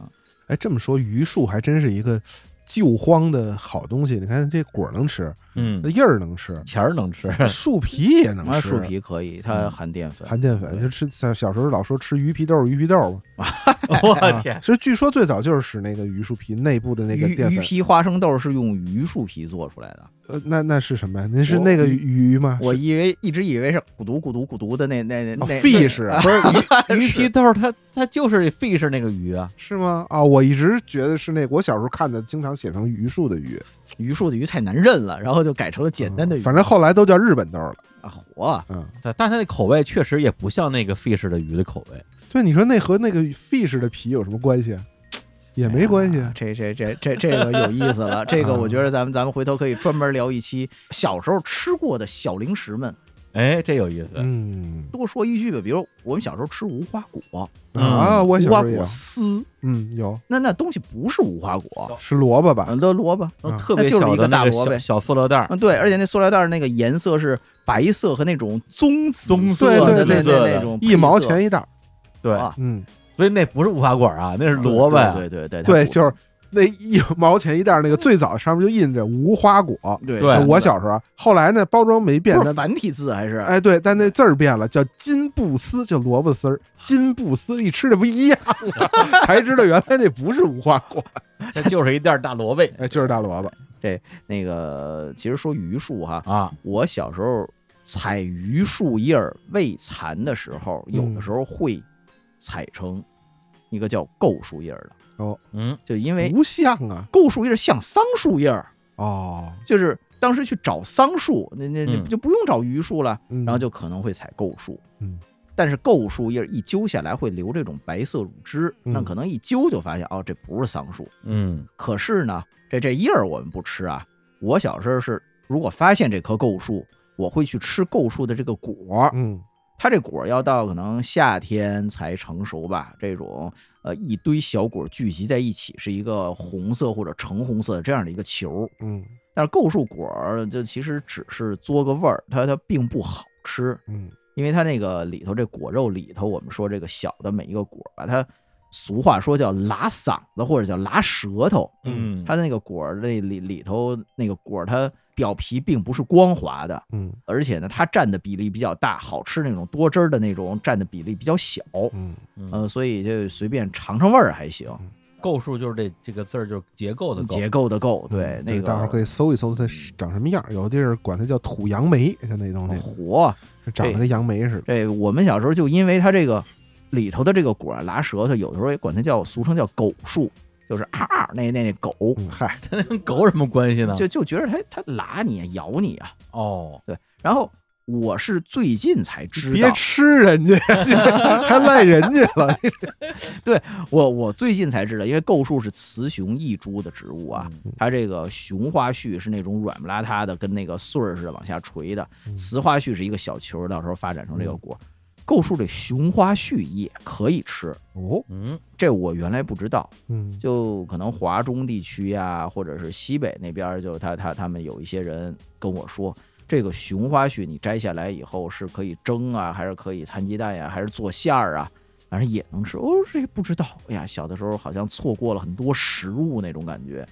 哎，这么说，榆树还真是一个救荒的好东西。你看这果儿能吃，嗯那，叶儿能吃，钱儿能吃， (laughs) 树皮也能啊，吃，嗯树皮可以，它含淀粉，含淀粉，对就吃小小时候老说吃鱼皮豆，鱼皮豆嘛。我啊天，其实据说最早就是使那个榆树皮内部的那个鱼淀鱼粉，皮花生豆是用榆树皮做出来的，呃，那那是什么呀？您是我那个鱼吗？啊我是以为一直以为是咕嘟咕嘟咕嘟的那那那哦那 fish 啊那 (laughs) 不 (laughs) 是鱼鱼皮豆儿，它它就是 fish 那个鱼啊，是吗？啊，我一直觉得是那个，我小时候看的经常写成榆树的榆，榆树的榆太难认了，然后就改成了简单的嗯榆，反正后来都叫日本豆了。啊活啊嗯，对，但它那口味确实也不像那个 fish 的鱼的口味，对，你说那和那个 fish 的皮有什么关系啊？也没关系哎呀啊。哎这这这这这个有意 (laughs) 思了，这个我觉得咱们咱们回头可以专门聊一期小时候吃过的小零食们。哎，这有意思，嗯多说一句吧，比如我们小时候吃无花果、嗯啊，我无小花时候也有果丝，嗯有那那东西不是无花啊果，是萝卜吧？嗯，都萝卜，然后啊特别那就是小一个的那大个萝小卜小塑料袋儿，嗯，对，而且那塑料袋儿那个颜色是白色和那种棕紫棕色色的对那对那对那种一毛配色钱一袋儿。对，啊嗯嗯，所以那不是无花果啊，那是萝卜呀，对对对对，是就是那一 (laughs) 毛钱一袋儿那个，最早上面就印着无花果。对对我小时候，后来呢包装没变，不是但繁体字还是哎，对，但那字儿变了，叫金布丝，叫萝卜丝儿。金布丝一吃这不一样啊， (laughs) 才知道原来那不是无花果，它就是一袋儿大萝卜哎，就是大萝卜。那个，其实说榆树哈，啊，我小时候采榆树叶儿喂蚕的时候，有嗯的时候会采成一个叫构树叶儿的，嗯，就因为不像啊，构树叶儿像桑树叶儿，哦，就是当时去找桑树，那那那嗯就不用找榆树了，然然后就可能会采构树。嗯。但是构树叶儿一揪下来会留这种白色乳汁，嗯那可能一揪就发现哦，这不是桑树。嗯，可是呢，这这叶儿我们不吃啊。我小时候是，如果发现这棵构树，我会去吃构树的这个果儿。嗯它这果儿要到可能夏天才成熟吧。这种呃一堆小果聚集在一起，是一个红色或者橙红色的这样的一个球。嗯但是构树果儿就其实只是嘬个味儿，它它并不好吃，嗯因为它那个里头这果肉里头，我们说这个小的每一个果儿，把它俗话说叫拉嗓子或者叫拉舌头。嗯，它那个果儿那里里头那个果儿，它表皮并不是光滑的，嗯而且呢，它占的比例比较大，好吃那种多汁儿的那种占的比例比较小，嗯，嗯呃，所以就随便尝尝味儿还行。构数就是这这个字儿就是结构的构，嗯结构的构，对嗯那这大伙儿可个以搜一搜它是长什么样儿，有的地儿管它叫土杨梅，就那东哦西活，长得跟杨梅似的。这我们小时候就因为它这个里头的这个果儿拉舌头，有的时候也管它叫俗称叫狗树，就是啊啊那那那狗，嗯，嗨，它跟狗有什么关系呢？就就觉得它它拉你啊咬你啊，哦，然后。我是最近才知道别，吃人家， (laughs) 还赖人家了。 (laughs) 我我最近才知道，因为构树是雌雄异株的植物啊，嗯它这个雄花序是那种软不拉塌的，跟那个穗儿似的往下垂的，嗯雌花序是一个小球，到时候发展成这个果。构树这雄花序也可以吃，哦，嗯，这我原来不知道，嗯就可能华中地区呀、或者是西北那边儿，就他他他们有一些人跟我说。这个雄花序你摘下来以后是可以蒸啊，还是可以摊鸡蛋呀、还是做馅儿啊？反正也能吃哦，这不知道。哎呀，小的时候好像错过了很多食物那种感觉。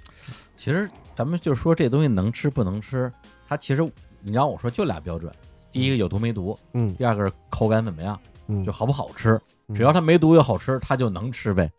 其实咱们就是说这东西能吃不能吃，它其实你让我说就俩标准，第一个有毒没毒，嗯第二个是口感怎么样，嗯就好不好吃。嗯只要它没毒又好吃，它就能吃呗。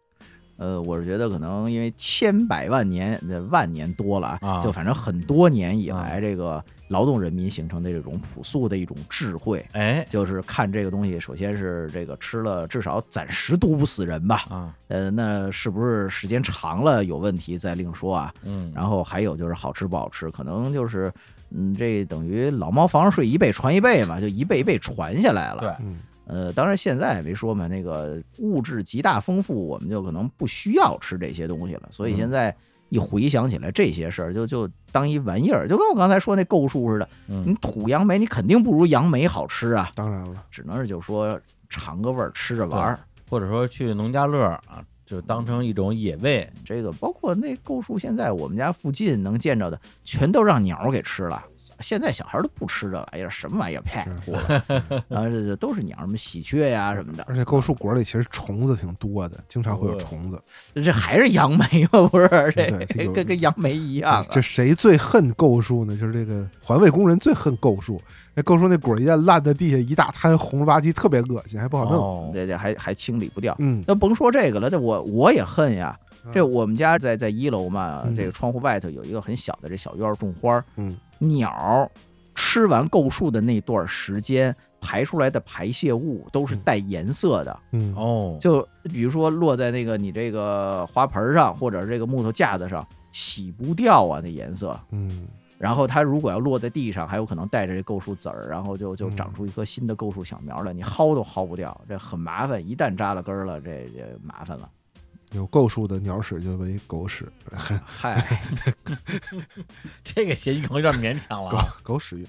呃，我是觉得可能因为千百万年，呃万年多了啊就反正很多年以啊来，这个劳动人民形成的这种朴素的一种智慧，哎，就是看这个东西，首先是这个吃了至少暂时毒不死人吧，啊，呃，那是不是时间长了有问题再另说啊？嗯，然后还有就是好吃不好吃，可能就是，嗯，这等于老猫房上睡一辈传一辈嘛，就一辈一辈传下来了。对嗯呃，当然现在也没说嘛，那个物质极大丰富，我们就可能不需要吃这些东西了。所以现在一回想起来这些事儿，就就当一玩意儿，就跟我刚才说那构树似的，你嗯，土杨梅你肯定不如杨梅好吃啊，当然了，只能是就说尝个味儿，吃着玩儿。或者说去农家乐啊，就当成一种野味，这个包括那构树，现在我们家附近能见着的，全都让鸟儿给吃了。现在小孩都不吃这玩意儿，什么玩意儿，呸是，吐了。然后这这都是鸟什么喜鹊呀什么的，而且构树果里其实虫子挺多的，经常会哦有虫子。这还是杨梅吗？不是，对这这个跟跟杨梅一样啊。这谁最恨构树呢？就是这个环卫工人最恨构树。那构树那果儿一旦烂在地下一大滩，红了吧唧，特别恶心，还不好弄。哦这这还还清理不掉。嗯，那甭说这个了，这我我也恨呀。这嗯我们家在在一楼嘛嗯，这个窗户外头有一个很小的这小院儿种花儿嗯，鸟儿吃完构树的那段时间排出来的排泄物都是带颜色的，嗯哦，就比如说落在那个你这个花盆儿上或者是这个木头架子上，洗不掉啊那颜色。嗯然后它如果要落在地上，还有可能带着这构树籽儿，然后就就长出一棵新的构树小苗来，你薅都薅不掉，这很麻烦。一旦扎了根儿了，这这麻烦了。有构树的鸟屎就为狗屎，嗨，这个谐音梗有点勉强了狗啊。狗屎运，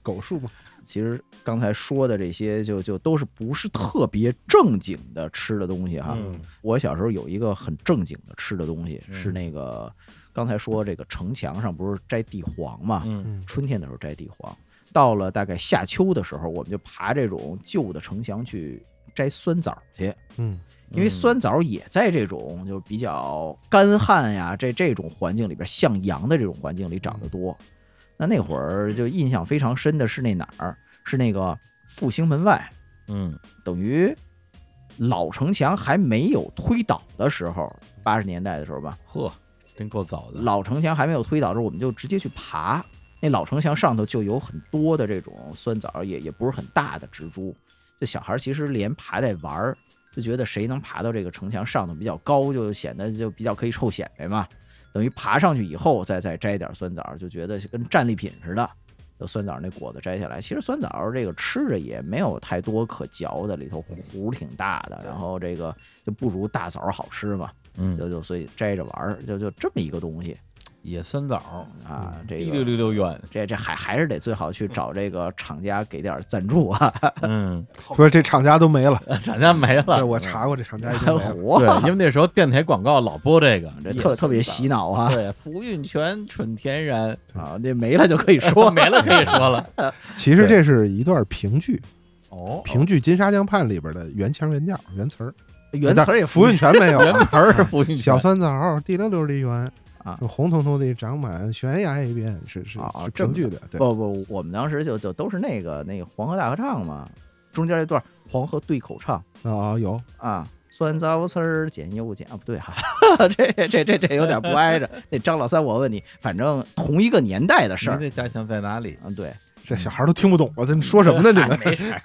狗树嘛。其实刚才说的这些就就都是不是特别正经的吃的东西哈。嗯我小时候有一个很正经的吃的东西，嗯是那个刚才说这个城墙上不是摘地黄嘛，嗯嗯春天的时候摘地黄，到了大概夏秋的时候，我们就爬这种旧的城墙去摘酸枣去，嗯因为酸枣也在这种就是比较干旱呀，这这种环境里边向阳的这种环境里长得多。那那会儿就印象非常深的是那哪儿？是那个复兴门外，嗯等于老城墙还没有推倒的时候，八十年代的时候吧，呵，真够早的。老城墙还没有推倒的时候，我们就直接去爬。那老城墙上头就有很多的这种酸枣，也也不是很大的植株。这小孩儿其实连爬带玩儿，就觉得谁能爬到这个城墙上头比较高，就显得就比较可以臭显摆嘛。等于爬上去以后，再再摘点酸枣，就觉得跟战利品似的。就酸枣那果子摘下来，其实酸枣这个吃着也没有太多可嚼的，里头核挺大的，然后这个就不如大枣好吃嘛，嗯，就就所以摘着玩儿，就就这么一个东西。野酸枣，啊，这滴溜个溜溜圆。这这还还是得最好去找这个厂家给点赞助啊，嗯，不是这厂家都没了，厂家 (laughs) 没对了。我查过这厂家已经很没了。火，对，因为那时候电台广告老播这个，这野特特别酸洗枣。脑啊对，福运泉纯天然，啊，那没了就可以说 (laughs) 说没了可以说了。其实这是一段评剧， (laughs) 哦，评剧《金沙江畔》里边的原腔原调、原词儿，原词儿也福不运全没有啊。原盆儿是福运 (laughs) 小泉。酸枣儿滴溜溜的圆啊就红彤彤的长满悬崖一边，是是啊啊是这评么剧的，对，不不，我们当时就就都是那个那个黄河大合唱嘛，中间这段黄河对口唱啊有啊。酸枣丝儿捡又捡啊，不对哈、 (laughs) 这这这这有点不挨着。那张老三，我问你，反正同一个年代的事您儿，的家乡在哪里？嗯，对，这小孩儿都听不懂了，他们说什么呢？你哎们？ (laughs) 没事儿，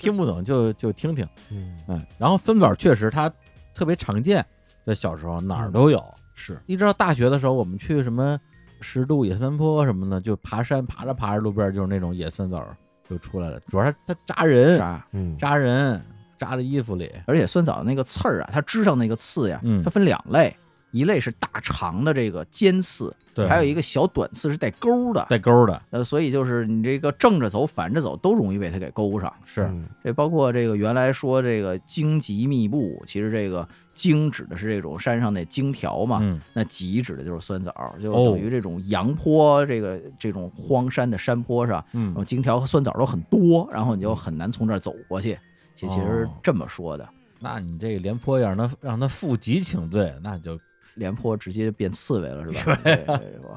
听不懂就就听听。嗯，嗯，然后酸枣确实它特别常见，在小时候哪儿都有。是一直到大学的时候，我们去什么十渡野三坡什么的，就爬山，爬着爬着路边就是那种野酸枣就出来了。主要它它扎是人，啊，嗯扎人，扎在衣服里。而且酸枣那个刺儿啊，它枝上那个刺呀，嗯它分两类，一类是大长的这个尖刺，对，还有一个小短刺是带钩的。带钩的，呃，所以就是你这个正着走、反着走都容易被它给勾上。是嗯这包括这个原来说这个荆棘密布，其实这个荆指的是这种山上那荆条嘛，嗯，那棘指的就是酸枣，就哦等于这种阳坡、这个这种荒山的山坡上，然后嗯，荆条和酸枣都很多，然后你就很难从这儿走过去。其实其实哦这么说的，那你这个廉颇要让他让他负荆请罪，那就廉颇直接变刺猬了，是 (laughs) 吧？对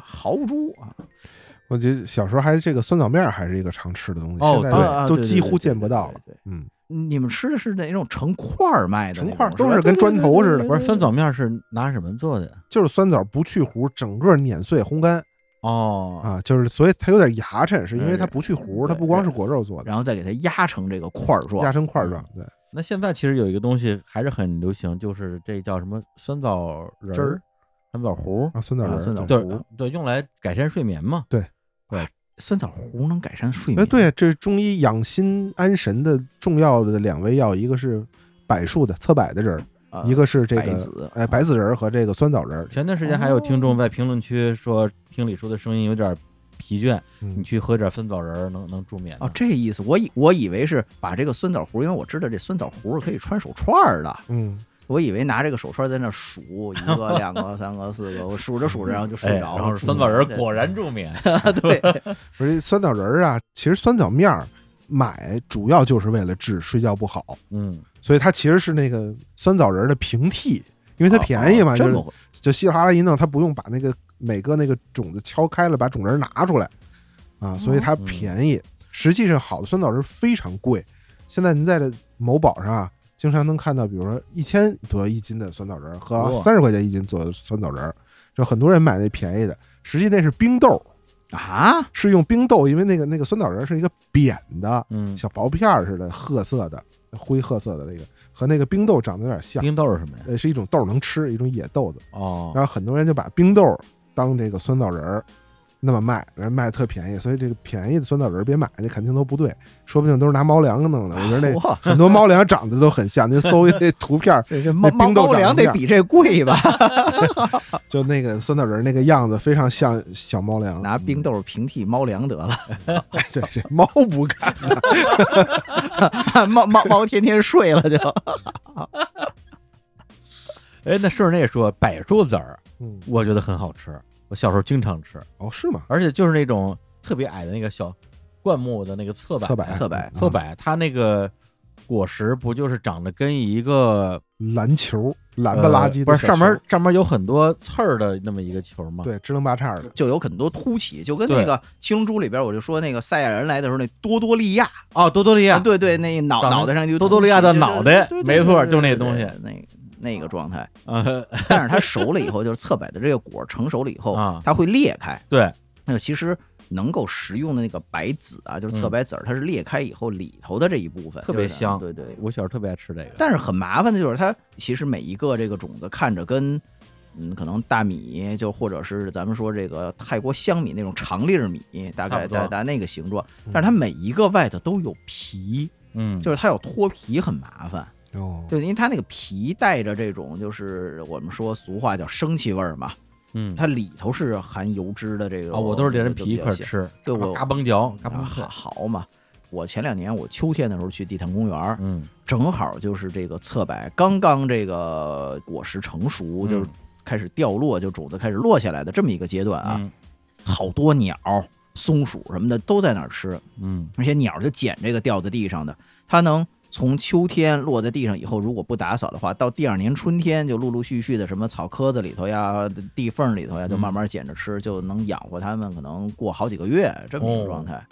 豪猪啊，我觉得小时候还这个酸枣面儿还是一个常吃的东西，哦现在啊啊都对对哎几对乎对见对不对到对了。对嗯，你们吃的是那种成块儿卖的那种，成块儿都吧是跟砖头似的不是酸枣，面是拿什么做的呀？就是酸枣不去核，整个碾碎烘干哦，啊，就是所以它有点牙碜，是因为对它不去核，它对不光是对嗯果肉做的，然后再给它压成这个块儿压状。成块儿状。对，那现在其实有一个东西还是很流行，就是这叫什么酸枣仁汁儿、酸枣糊啊，酸枣啊仁儿，酸枣对对糊对，用来改善睡眠嘛。酸枣糊能改善哎，睡眠？，对，这是中医养心安神的重要的两味药，一个是柏树的侧柏的仁儿，啊一个是这白个子，啊哎白子仁儿和这个酸枣仁儿。前段时间还有听哦众在评论区说，听李叔的声音有点疲倦，你嗯，去喝点酸枣仁儿能能助眠呢哦，这意思。我以我以为是把这个酸枣糊，因为我知道这酸枣糊是可以穿手串儿的，嗯，我以为拿这个手串在那数一 (laughs) 个、两个、三个、四个，我数着数着然后就睡哎，着了。然后酸枣仁儿果然助眠， (laughs) (laughs) 对，不是酸枣仁儿啊，其实酸枣面儿买主要就是为了治睡觉不好，嗯，所以它其实是那个酸枣仁儿的平替，因为它便宜嘛，哦就这是么回就稀里哗啦一弄，它不用把那个每个那个种子敲开了，把种仁儿拿出来啊，所以它嗯便宜。实际上，好的酸枣仁非常贵，现在您在这某宝上啊，经常能看到，比如说一千多一斤的酸枣仁儿和哇三十块钱一斤左右的酸枣仁儿，就很多人买那便宜的，实际那是冰豆，啊，是用冰豆，因为那个那个酸枣仁儿是一个扁的嗯，小薄片儿似的，褐色的灰褐色的那个，和那个冰豆长得有点像，冰豆是什么呀？呃，是一种豆儿能吃，一种野豆子。哦，然后很多人就把冰豆当这个酸枣仁儿那么卖，然后卖得特便宜，所以这个便宜的酸枣仁儿别买，那肯定都不对，说不定都是拿猫粮弄的。我觉得那哇，很多猫粮长得都很像，您搜一那图片儿，这这猫那猫冰豆猫粮长什么得样比这贵吧？就那个酸枣仁儿那个样子非常像小猫粮。嗯拿冰豆平替猫粮得了， (laughs) 哎，对，这猫不干，猫猫猫天天 (laughs) 睡了就。哎，那顺着那说，柏树籽儿，嗯，我觉得很好吃，我小时候经常吃，哦，是吗？而且就是那种特别矮的那个小灌木的那个侧柏，侧柏，侧柏侧柏，柏，它那个果实不就是长得跟一个篮球，蓝不拉几呃的不是小上球面上面有很多刺儿的那么一个球吗？，对支棱八叉的，就有很多凸起，就跟那对个《青珠》里边我就说那个赛亚人来的时候，那多多利亚，哦，多多利亚，啊对对，那脑长得脑袋上就多多利亚的凸起脑袋对对对没错对对就那对东西对那那个状态。呃，但是它熟了以后，就是侧柏的这个果成熟了以后啊，它会裂开。对，那其实能够食用的那个白籽啊，就是侧柏籽儿，它是裂开以后里头的这一部分嗯特别就是香对对。我小时候特别爱吃这个，但是很麻烦的就是它其实每一个这个种子看着跟。嗯，可能大米就或者是咱们说这个泰国香米那种长粒儿米，大差概不多大大那个形状，但是它每一个外头都有皮，嗯，就是它要脱皮很麻烦，哦，对，因为它那个皮带着这种就是我们说俗话叫生气味儿嘛，嗯它里头是含油脂的这个啊，我都是连着皮一块儿就比较香吃，对我嘎嘣嚼，嘎啊嘣好啃，好嘛。我前两年我秋天的时候去地坛公园儿，嗯正好就是这个侧柏刚刚这个果实成嗯熟，就是开始掉落，就种子开始落下来的这么一个阶段啊，嗯好多鸟、松鼠什么的都在那儿吃，嗯，而且鸟就捡这个掉在地上的，它能从秋天落在地上以后，如果不打扫的话，到第二年春天就陆陆续续的什么草窠子里头呀、地缝里头呀，就嗯慢慢捡着吃，就能养活它们，可能过好几个月这么一个状态。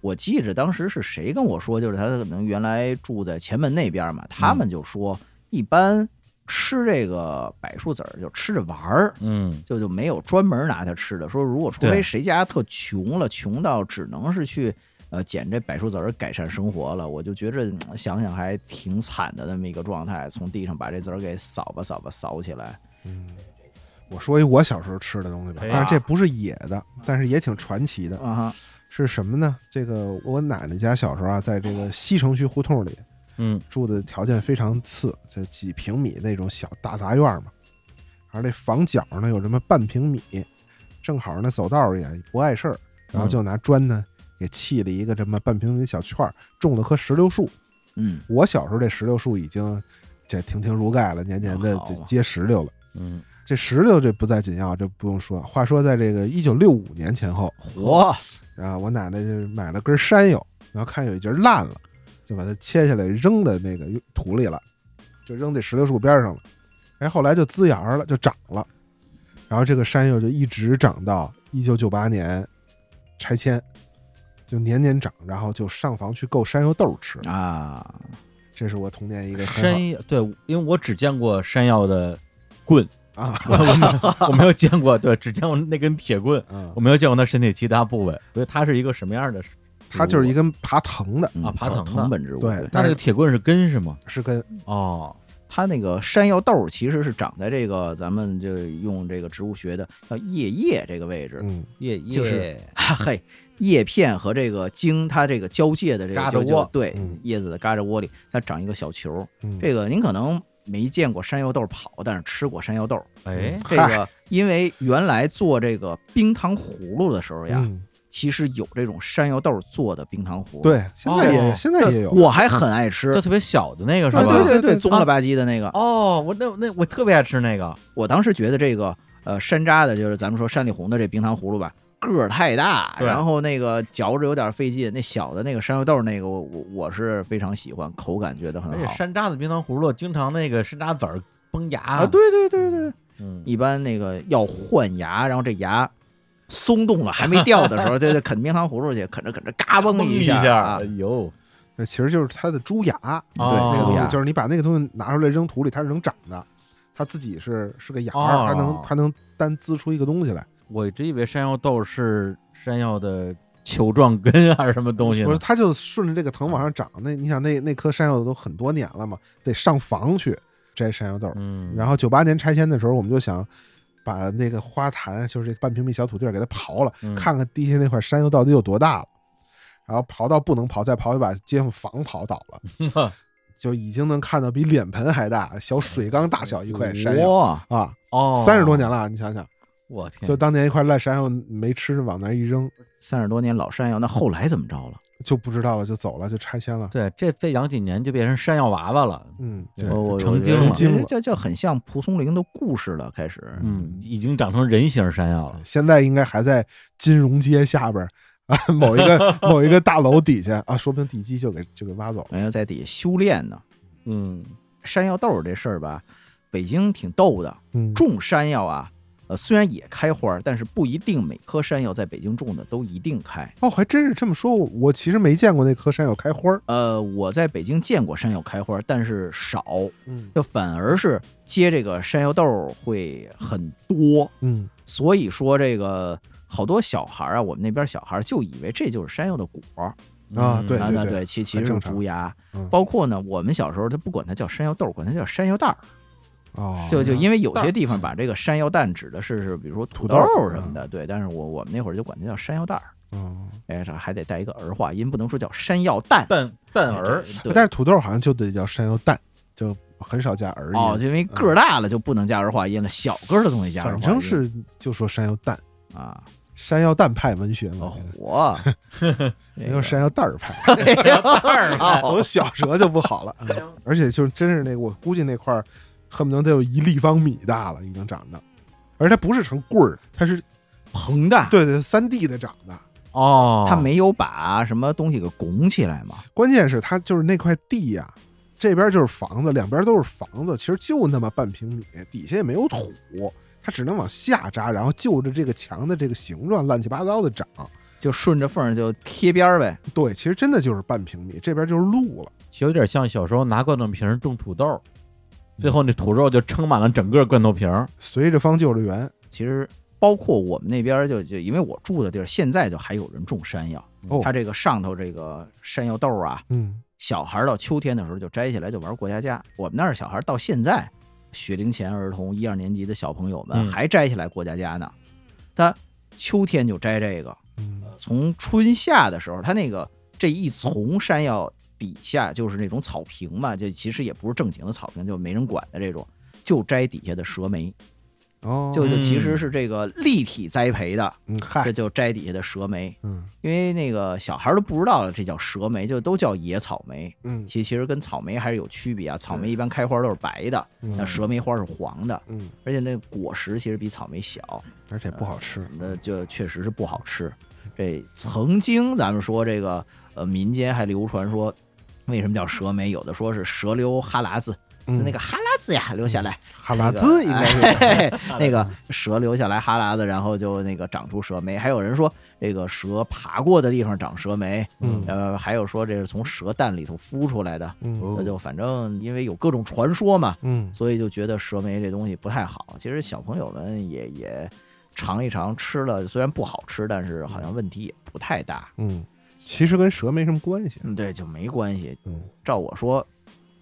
我记着当时是谁跟我说，就是他可能原来住在前门那边嘛，他们就说一般吃这个柏树籽儿就吃着玩儿，嗯就就没有专门拿它吃的。说如果除对非谁家特穷了，穷到只能是去呃捡这柏树籽儿改善生活了，我就觉着嗯想想还挺惨的那么一个状态，从地上把这籽儿给扫吧扫吧扫起来。嗯，我说一我小时候吃的东西吧哎，呀嗯但是这不是野的，但是也挺传奇的。啊哈，是什么呢？这个我奶奶家小时候啊，在这个西城区胡同里嗯住的条件非常次，就几平米那种小大杂院嘛。而这房角呢有这么半平米，正好呢走道儿也不碍事儿，然后就拿砖呢给砌了一个这么半平米小圈儿，种了棵石榴树。 (laughs) 嗯，我小时候这石榴树已经这亭亭如盖了，年年的好这嘛结石榴了。嗯，这石榴这不再紧要，这不用说。话说，在这个一九六五年前后嚯，啊，我奶奶就是买了根山药，然后看有一节烂了，就把它切下来扔在那个土里了，就扔这石榴树边上了。哎，后来就滋芽了，就长了，然后这个山药就一直长到一九九八年拆迁，就年年长，然后就上房去购山药豆吃。啊，这是我童年一个很好山药对，因为我只见过山药的棍， (laughs) 啊， (laughs) 我我没有我没有见过，对，只见过那根铁棍，嗯我，没有见过它身体其他部位，所以它是一个什么样的植物？它就是一根爬藤的，嗯啊爬藤的藤本植物，对它但那是个铁棍是根是吗？是根哦，它那个山药豆儿其实是长在这个咱们就用这个植物学的叫叶叶这个位置，嗯。叶就是叶，哈嘿，叶片和这个茎它这个交界的这个嘎就吱就窝对嗯，叶子的嘎吱窝里它长一个小球儿。嗯这个您可能没见过山药豆跑，但是吃过山药豆。嗯哎，这个因为原来做这个冰糖葫芦的时候呀，嗯其实有这种山药豆做的冰糖葫芦。，对，现在也、哦现在也有，我还很爱吃就。特别小的那个是啊吧？对对对对棕了吧唧的那个，哦，我那那我特别爱吃那个，我当时觉得这个呃山楂的，就是咱们说山里红的这冰糖葫芦吧，个儿太大，对然后那个嚼着有点费劲。那小的那个山药豆那个，我我我是非常喜欢，口感觉得而嗯哎很且好。山楂的冰糖葫芦经常那个山楂籽儿崩牙啊，，对对对对，嗯，一般那个要换牙，然后这牙松动了还没掉的时 (laughs) 候，就就啃冰糖葫芦去，啃着啃着嘎嘣一下啊哎，呦，那其实就是它的猪牙，哦对，蛀牙就是你把那个东西拿出来扔土里，它是能长的，它自己是是个芽儿，哦它能它能单滋出一个东西来。我一直以为山药豆是山药的球状根还是什么东西呢不是，它就顺着这个藤往上长。那你想那那棵山药都很多年了嘛，得上房去摘山药豆。嗯，然后九八年拆迁的时候，我们就想把那个花坛，就是这半平米小土地儿给它刨了，嗯看看地下那块山药到底有多大了。然后刨到不能刨，再刨就把街坊房刨倒了，就已经能看到比脸盆还大、小水缸大小一块山药哇，啊！哦，三十多年，了，啊你想想，我天，就当年一块烂山药没吃，往那儿一扔三十多年老山药，那后来怎么着了？就不知道了，就走了，就拆迁了。对，这再养几年就变成山药娃娃了，嗯，对对哦我我成我精我了成精了这这很像蒲松龄的故事了，开始。嗯，已经长成人形山药了，现在应该还在金融街下边儿啊，某一个某一个大楼底下啊，说不定地基就给就给挖走了。人哎家在底下修炼呢。嗯，山药豆儿这事儿吧，北京挺逗的，嗯，种山药啊，呃，虽然也开花儿，但是不一定每棵山药在北京种的都一定开。哦，还真是这么说。我我其实没见过那棵山药开花儿。呃，我在北京见过山药开花儿，但是少，嗯就反而是接这个山药豆儿会很多。嗯，所以说这个好多小孩儿啊，我们那边小孩儿就以为这就是山药的果儿，啊嗯对啊，那对，其其实很是正常竹芽嗯。包括呢，我们小时候他不管它叫山药豆，管它叫山药蛋儿，哦，就就因为有蛋些地方把这个山药蛋指的是是，比如说土土豆豆儿什么的，对。但是我我们那会儿就管它叫山药蛋儿，嗯，哎，这还得带一个儿化音，不能说叫山药蛋蛋嗯蛋儿儿，，对但是土豆好像就得叫山药蛋，就很少加儿音。哦，就因为个儿大了就不能加儿化音了，小个儿的东西加儿化嗯反音，正是就说山药蛋，啊，山药蛋派文学嘛，哦火，没没有山药蛋儿 (laughs) 派。蛋 (laughs) 儿走小蛇就不 (laughs) 好了。嗯而且就真是那，我估计那块儿恨不得得有一立方米大了，已经长的。而它不是成棍儿，它是膨的，对对三 D 的长的。哦，它没有把什么东西给拱起来嘛，关键是它就是那块地呀、这边就是房子，两边都是房子，其实就那么半平米，底下也没有土，它只能往下扎，然后就着这个墙的这个形状乱七八糟的长。就顺着缝儿就贴边儿呗，对，其实真的就是半平米，这边就是路了。有点像小时候拿罐头瓶儿种土豆，嗯最后那土豆就撑满了整个罐头瓶儿。随着方救着圆，其实包括我们那边儿就就因为我住的地儿，现在就还有人种山药。哦它这个上头这个山药豆儿啊，嗯，小孩儿到秋天的时候就摘下来就玩过家家。我们那儿小孩儿到现在，学龄前儿童一二年级的小朋友们嗯还摘下来过家家呢。他秋天就摘这个，嗯从春夏的时候，他那个这一丛山药底下就是那种草坪嘛，就其实也不是正经的草坪，就没人管的这种，就摘底下的蛇莓，哦，就就嗯其实是这个立体栽培的，嗯这嗨，就摘底下的蛇莓。嗯因为那个小孩儿都不知道了，这叫蛇莓，就都叫野草莓。嗯其其实跟草莓还是有区别啊，草莓对一般开花都是白的，那嗯蛇莓花是黄的，嗯，而且那果实其实比草莓小，而且不好吃。那就确实是不好吃。这曾经咱们说这个呃民间还流传说，为什么叫蛇莓？有的说是蛇留哈喇子，嗯是那个哈喇子呀留下来，哈喇子应该是 (laughs) 嘿嘿嘿那个蛇留下来哈喇子，然后就那个长出蛇莓。还有人说这个蛇爬过的地方长蛇莓，嗯呃，还有说这是从蛇蛋里头孵出来的，嗯那就反正因为有各种传说嘛，嗯所以就觉得蛇莓这东西不太好。其实小朋友们也也尝一尝，吃了虽然不好吃，但是好像问题也不太大。嗯，其实跟蛇没什么关系。嗯，对，就没关系。嗯照我说，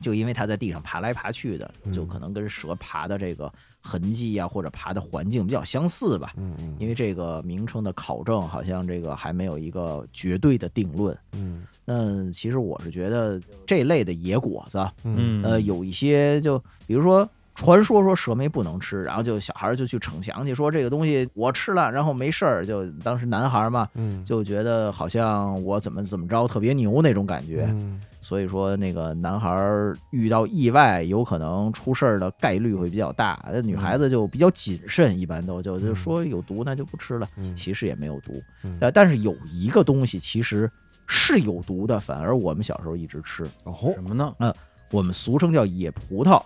就因为它在地上爬来爬去的，就嗯可能跟蛇爬的这个痕迹呀、或者爬的环境比较相似吧。嗯嗯因为这个名称的考证，好像这个还没有一个绝对的定论。嗯那其实我是觉得这类的野果子，嗯，呃，有一些就比如说传说说蛇莓不能吃，然后就小孩儿就去逞强去，说这个东西我吃了，然后没事儿。就当时男孩儿嘛，嗯，就觉得好像我怎么怎么着特别牛那种感觉。嗯所以说那个男孩儿遇到意外有可能出事儿的概率会比较大，那女孩子就比较谨慎，一般都就就嗯说有毒那就不吃了，嗯其实也没有毒嗯。但但是有一个东西其实是有毒的，反而我们小时候一直吃，哦什么呢？我们俗称叫野葡萄，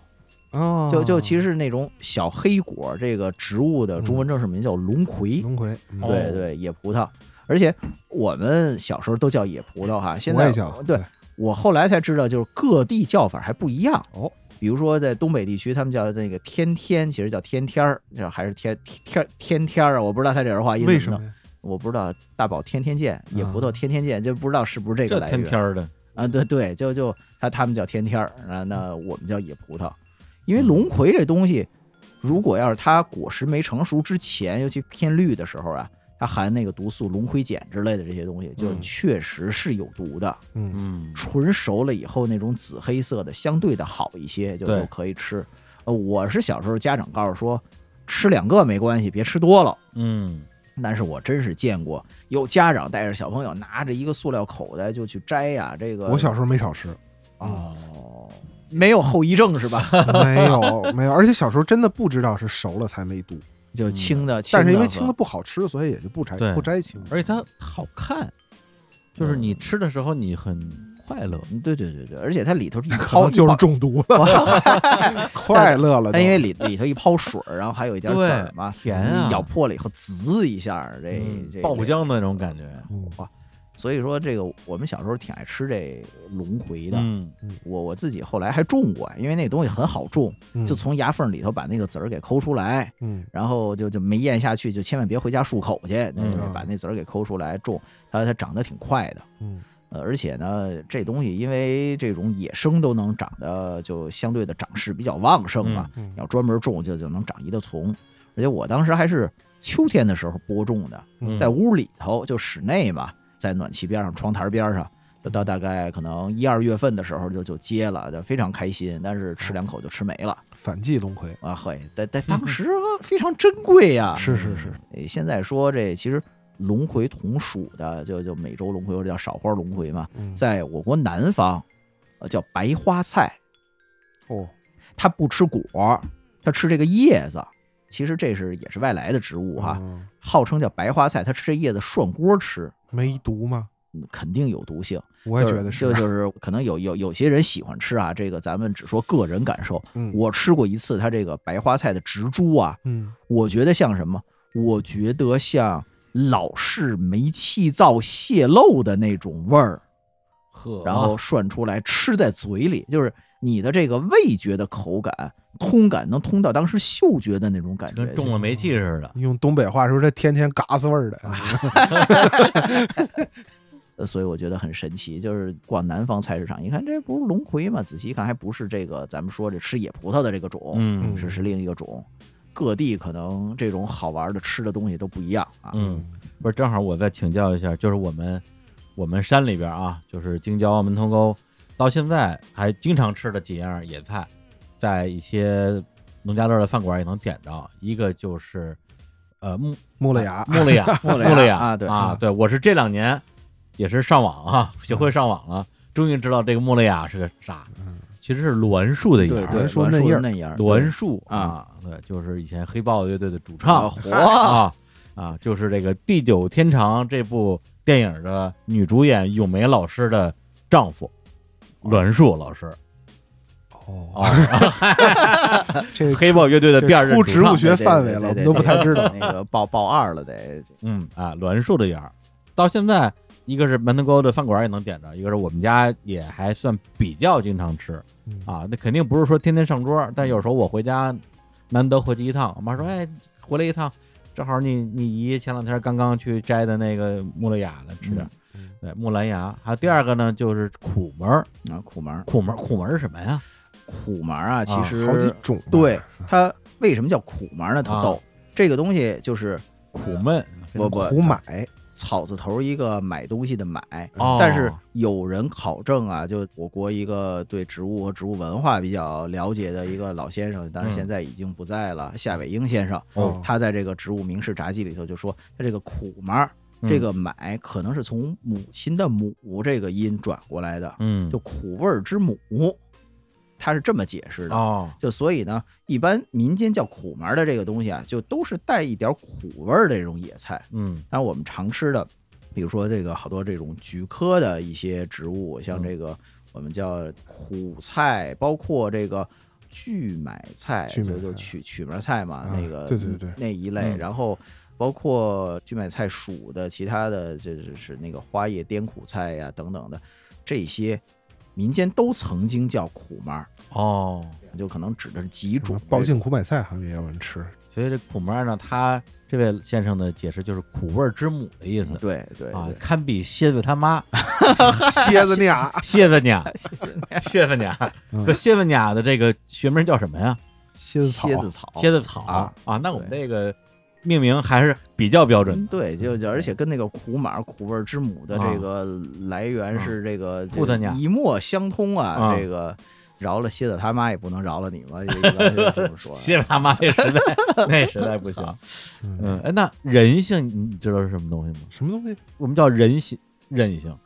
哦，就就其实是那种小黑果这个植物的中文正式名叫龙葵，龙葵，嗯哦对对，野葡萄。而且我们小时候都叫野葡萄哈，现我在也叫对我后来才知道，就是各地叫法还不一样哦。比如说在东北地区，他们叫那个天天，其实叫天天儿，这还是天天天天儿啊？我不知道他这儿化音为怎什么么弄，呀？我不知道大宝天天见，野葡萄啊天天见，就不知道是不是这这个来源天天儿的，啊？对对，就就他他们叫天天儿，啊，那我们叫野葡萄，因为龙葵这东西，如果要是它果实没成熟之前，尤其偏绿的时候啊，它含那个毒素龙葵碱之类的这些东西，就嗯确实是有毒的。嗯嗯，纯熟了以后那种紫黑色的相对的好一些，就对就可以吃。呃，我是小时候家长告诉说，吃两个没关系，别吃多了。嗯，但是我真是见过有家长带着小朋友拿着一个塑料口袋就去摘呀、这个我小时候没少吃，啊哦，没有后遗症是吧？嗯没有没有，而且小时候真的不知道是熟了才没毒，就青的，嗯但是因为青青的的和不好吃，所以也就不摘对不摘青的。而且它好看，就是你吃的时候你很快乐，嗯对对对对，而且它里头是一可泡能就是一中毒 (laughs) 泡了，快乐了它都。因为里里头一泡水儿，然后还有一点籽儿对嘛，甜啊你咬破了以后滋一下儿，这嗯这爆这浆的那种感觉，嗯所以说这个我们小时候挺爱吃这龙葵的，嗯，我我自己后来还种过，因为那东西很好种，嗯就从牙缝里头把那个籽儿给抠出来，嗯然后就就没咽下去，就千万别回家漱口去，那嗯就把那籽儿给抠出来种，它它长得挺快的。嗯呃，而且呢，这东西因为这种野生都能长得就相对的长势比较旺盛嘛，嗯要专门种就就能长一个丛。而且我当时还是秋天的时候播种的，嗯在屋里头就室内嘛，在暖气边上、窗台边上，就到大概可能一二月份的时候就就结了，就非常开心。但是吃两口就吃没了反季龙葵啊，嘿，但但 (laughs) 当时啊非常珍贵呀、是是是，诶现在说这其实龙葵同属的，就就美洲龙葵或者叫少花龙葵嘛，嗯在我国南方，呃叫白花菜，哦它不吃果儿，它吃这个叶子。其实这是也是外来的植物哈，嗯号称叫白花菜，它吃这叶子涮锅吃，没毒吗？嗯肯定有毒性。我也就觉得是就，就是可能有有有些人喜欢吃啊，这个咱们只说个人感受。嗯我吃过一次它这个白花菜的植株啊，嗯我觉得像什么？我觉得像老式煤气灶泄漏的那种味儿，呵，然哦后涮出来吃在嘴里，就是你的这个味觉的口感通感能通到当时嗅觉的那种感觉跟，中了煤气似的，用东北话说，这天天嘎子味儿的，呃，所以我觉得很神奇。就是逛南方菜市场，一看这不是龙葵吗？仔细一看，还不是这个咱们说这吃野葡萄的这个种，嗯嗯是是另一个种。各地可能这种好玩的吃的东西都不一样啊。嗯，不是，正好我再请教一下，就是我们我们山里边啊，就是京郊、门头沟，到现在还经常吃的几样野菜，在一些农家乐的饭馆也能点着。一个就是呃木木了啊牙，木了雅 (laughs) 木木了雅啊，对啊，对我是这两年也是上网啊，学会上网嗯了，终于知道这个木了雅是个啥，嗯其实是栾树的一对芽对，儿，栾树栾嫩树叶儿嫩叶儿，栾树对啊，对，就是以前黑豹乐队的主啊唱，火啊啊，就是这个《地久天长》这部电影的女主演咏梅老师的丈夫栾树老师哦，啊，这个黑豹乐队的第二任出主植唱物，学范围了，我们都不太知道。那个报报二了得，嗯啊，栾树的园儿，到现在一个是门头沟的饭馆也能点着，一个是我们家也还算比较经常吃嗯啊，那肯定不是说天天上桌，但有时候我回家难得回去一趟，我妈说哎回来一趟。正好你你姨前两天刚刚去摘的那个穆勒雅了，吃点儿，嗯嗯对木兰芽。还有第二个呢，就是苦门儿，啊，苦麻儿，苦门苦门是什么呀？苦麻儿啊，其啊实好几种吧，对它为什么叫苦麻儿呢？它嗯啊逗，这个东西就是苦闷，不不胡买草字头一个买东西的买，哦但是有人考证啊，就我国一个对植物和植物文化比较了解的一个老先生，当然嗯现在已经不在了，夏伟英先生，哦他在这个《植物名士札记》里头就说，他这个苦麻儿嗯这个买可能是从母亲的母这个音转过来的，嗯，就苦味儿之母，他是这么解释的。哦，就所以呢，一般民间叫苦麻儿的这个东西啊，就都是带一点儿苦味儿的这种野菜。嗯但我们常吃的，比如说这个好多这种菊科的一些植物，嗯像这个我们叫苦菜，包括这个苣买菜，苣就买菜就曲曲苗菜嘛，啊那个对对对那一类，嗯然后。包括苣买菜属的其他的，这就是那个花叶滇苦菜呀、等等的，这些民间都曾经叫苦麻儿，哦，就可能指的是几种这嗯报个禁苦买菜好像也有人 (laughs) 吃，所以这苦麻呢，他这位先生的解释就是苦味儿之母的意思。对嗯对啊对，堪比蝎子他妈，蝎 (laughs) 子俩蝎子娘，蝎子娘，这蝎子娘啊的这个学名叫什么呀？蝎子草蝎子草，蝎子草啊啊。那我们这个命名还是比较标准嗯 (laughs) 的，对，就就而且跟那个苦马苦味儿之母的啊嗯这个来源是这个兔子这娘一脉相通啊啊，这个饶了蝎子他妈也不能饶了你 (laughs) 嘛，一般就这么说。啊蝎子他妈那时 (laughs) 代那时代不行。嗯，哎，那人性你知道是什么东西吗？什么东西？我们叫人性，韧性，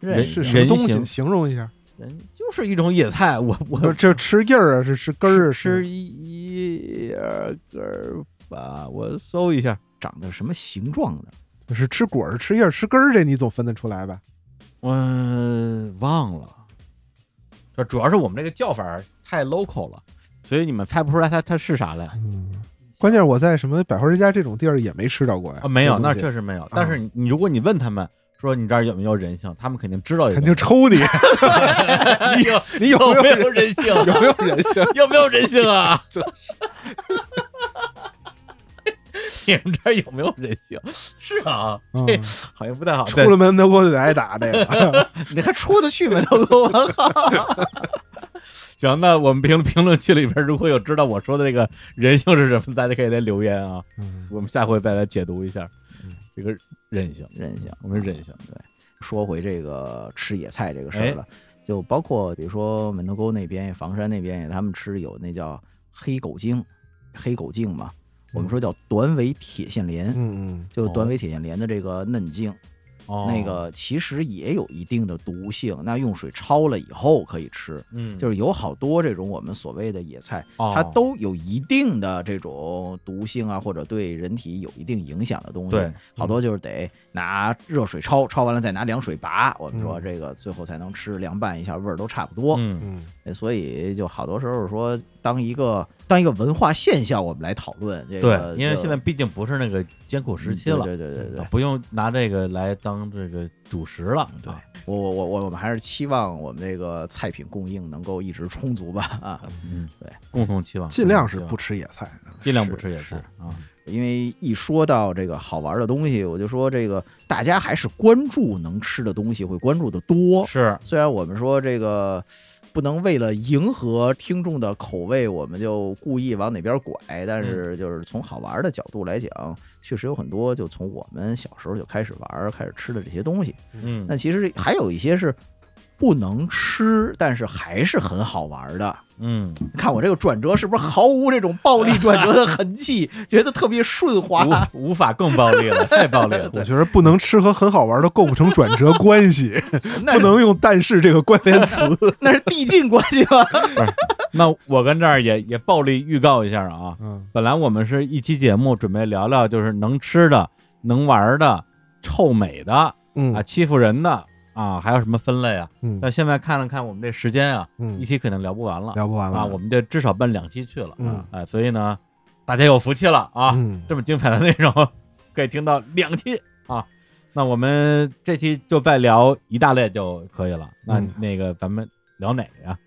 认人是识什么人东形西？形容 (laughs) 一下。人就是一种野菜。我不我是这吃叶儿啊，是吃根儿啊，吃一一二根儿吧，我搜一下。长得什么形状 (laughs) 的？是是吃果儿、吃叶儿、吃根儿，这你总分得出来吧？我呃忘了，这主要是我们这个叫法儿太 local 了，所以你们猜不出来它它是啥来嗯，关键是我在什么百花之家这种地儿也没吃着过呀啊？。没有，这那东西确实没有。但是你你如果你问他们说你这儿有没有人性，他们肯定知道有肯定抽 (laughs) 你，人性你有 (laughs) 有没没有有人性，啊有没有人 (laughs) 性？有没有人性 (laughs) 啊？ (laughs) 你们这儿有没有人性？是啊，嗯这好像不太好。出了门德国就得挨打 (laughs) 这个。你还出得去吗？都给我行，那我们评评论区里边如果有知道我说的这个人性是什么，大家可以来留言啊，嗯我们下回再来解读一下这个韧性。任性。我们是韧性，说回这个吃野菜这个事哎儿了，就包括比如说门头沟那边、房山那边，他们吃有那叫黑狗精，黑狗茎嘛，我们说叫短尾铁线莲。嗯就是短嗯哦尾铁线莲的这个嫩茎，哦那，个其实也有一定的毒性。那用水焯了以后可以吃，嗯，哦就是是有好多这种我们所谓的野菜，它都有一定的这种毒性啊，或者对人体有一定影响的东西。对，好多就是得拿热水焯，焯完了再拿凉水拔。我们说嗯这个最后才能吃，凉拌一下味儿都差不多。嗯嗯，嗯，呃所以就好多时候说，当一个当一个文化现象，我们来讨论这个。因为就嗯现在毕竟不是那个艰苦时期了，对对对对对啊。不用拿这个来当这个主食了，对啊，我我我我们还是期望我们这个菜品供应能够一直充足吧啊，嗯，对，共同期望，尽量是共不同期吃野菜啊嗯的。望，尽量不吃野是菜啊，因为一说到这个好玩的东西，我就说这个大家还是关注能吃的东西，会关注的哦多。是虽然我们说这个不能为了迎合听众的口味，我们就故意往哪边拐，但是就是从好玩的角度来讲，确实有很多就从我们小时候就开始玩、开始吃的这些东西。嗯那其实还有一些是不能吃，但是还是很好玩的。 (laughs) 嗯，你看我这个转折是不是毫无这种暴力转折的痕迹？ (laughs) 觉得特别顺滑。无无法更暴力 (laughs) 了，太暴力了，我觉得不能吃和很好玩都构不成转折关 (laughs) 系，不那是能用“但是”这个关联 (laughs) 词。那是递进关系吧？那我跟这儿也也暴力预告一下啊，嗯，本来我们是一期节目准备聊聊就是能吃的、能玩的、臭美的啊、 (laughs) 嗯欺负人的啊，还有什么分类啊？嗯但现在看了看我们这时间啊，一嗯，期肯定聊不完了聊不完了啊，嗯我们这至少奔两期去了，嗯哎，所以呢，大家有福气了啊，嗯这么精彩的内容可以听到两期啊。那我们这期就再聊一大类就可以了。那嗯那个咱们聊哪个呀？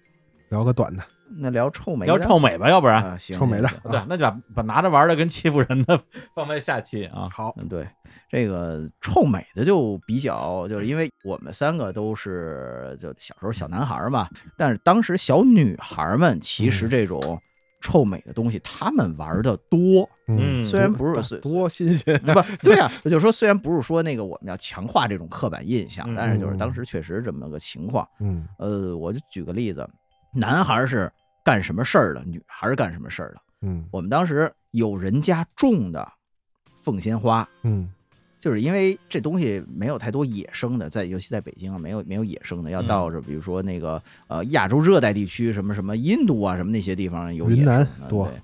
聊个短的， (laughs) 那聊臭美的，聊臭美吧，要不然。啊，行，臭美的行行。对，那就把把拿着玩的跟欺负人的放在下期啊。好，嗯，对，这个臭美的就比较，就是因为我们三个都嗯是就小时候小男孩儿嘛，但是当时小女孩儿们其实这种臭美的东西，他们玩的多，嗯嗯虽然多不是大嗯虽啊多新鲜，不对啊，我就说虽然不是说那个我们要强化这种刻板印象嗯，但是就是当时确实这么个情况。嗯呃，我就举个例子，男孩是干什么事儿的，女孩是干什么事儿的。嗯我们当时有人家种的凤仙花，嗯就是因为这东西没有太多野生的，在尤其在北京啊，没有没有野生的，要嗯到这比如说那个呃亚洲热带地区，什么什么印度啊，什么那些地方有云野生南的多对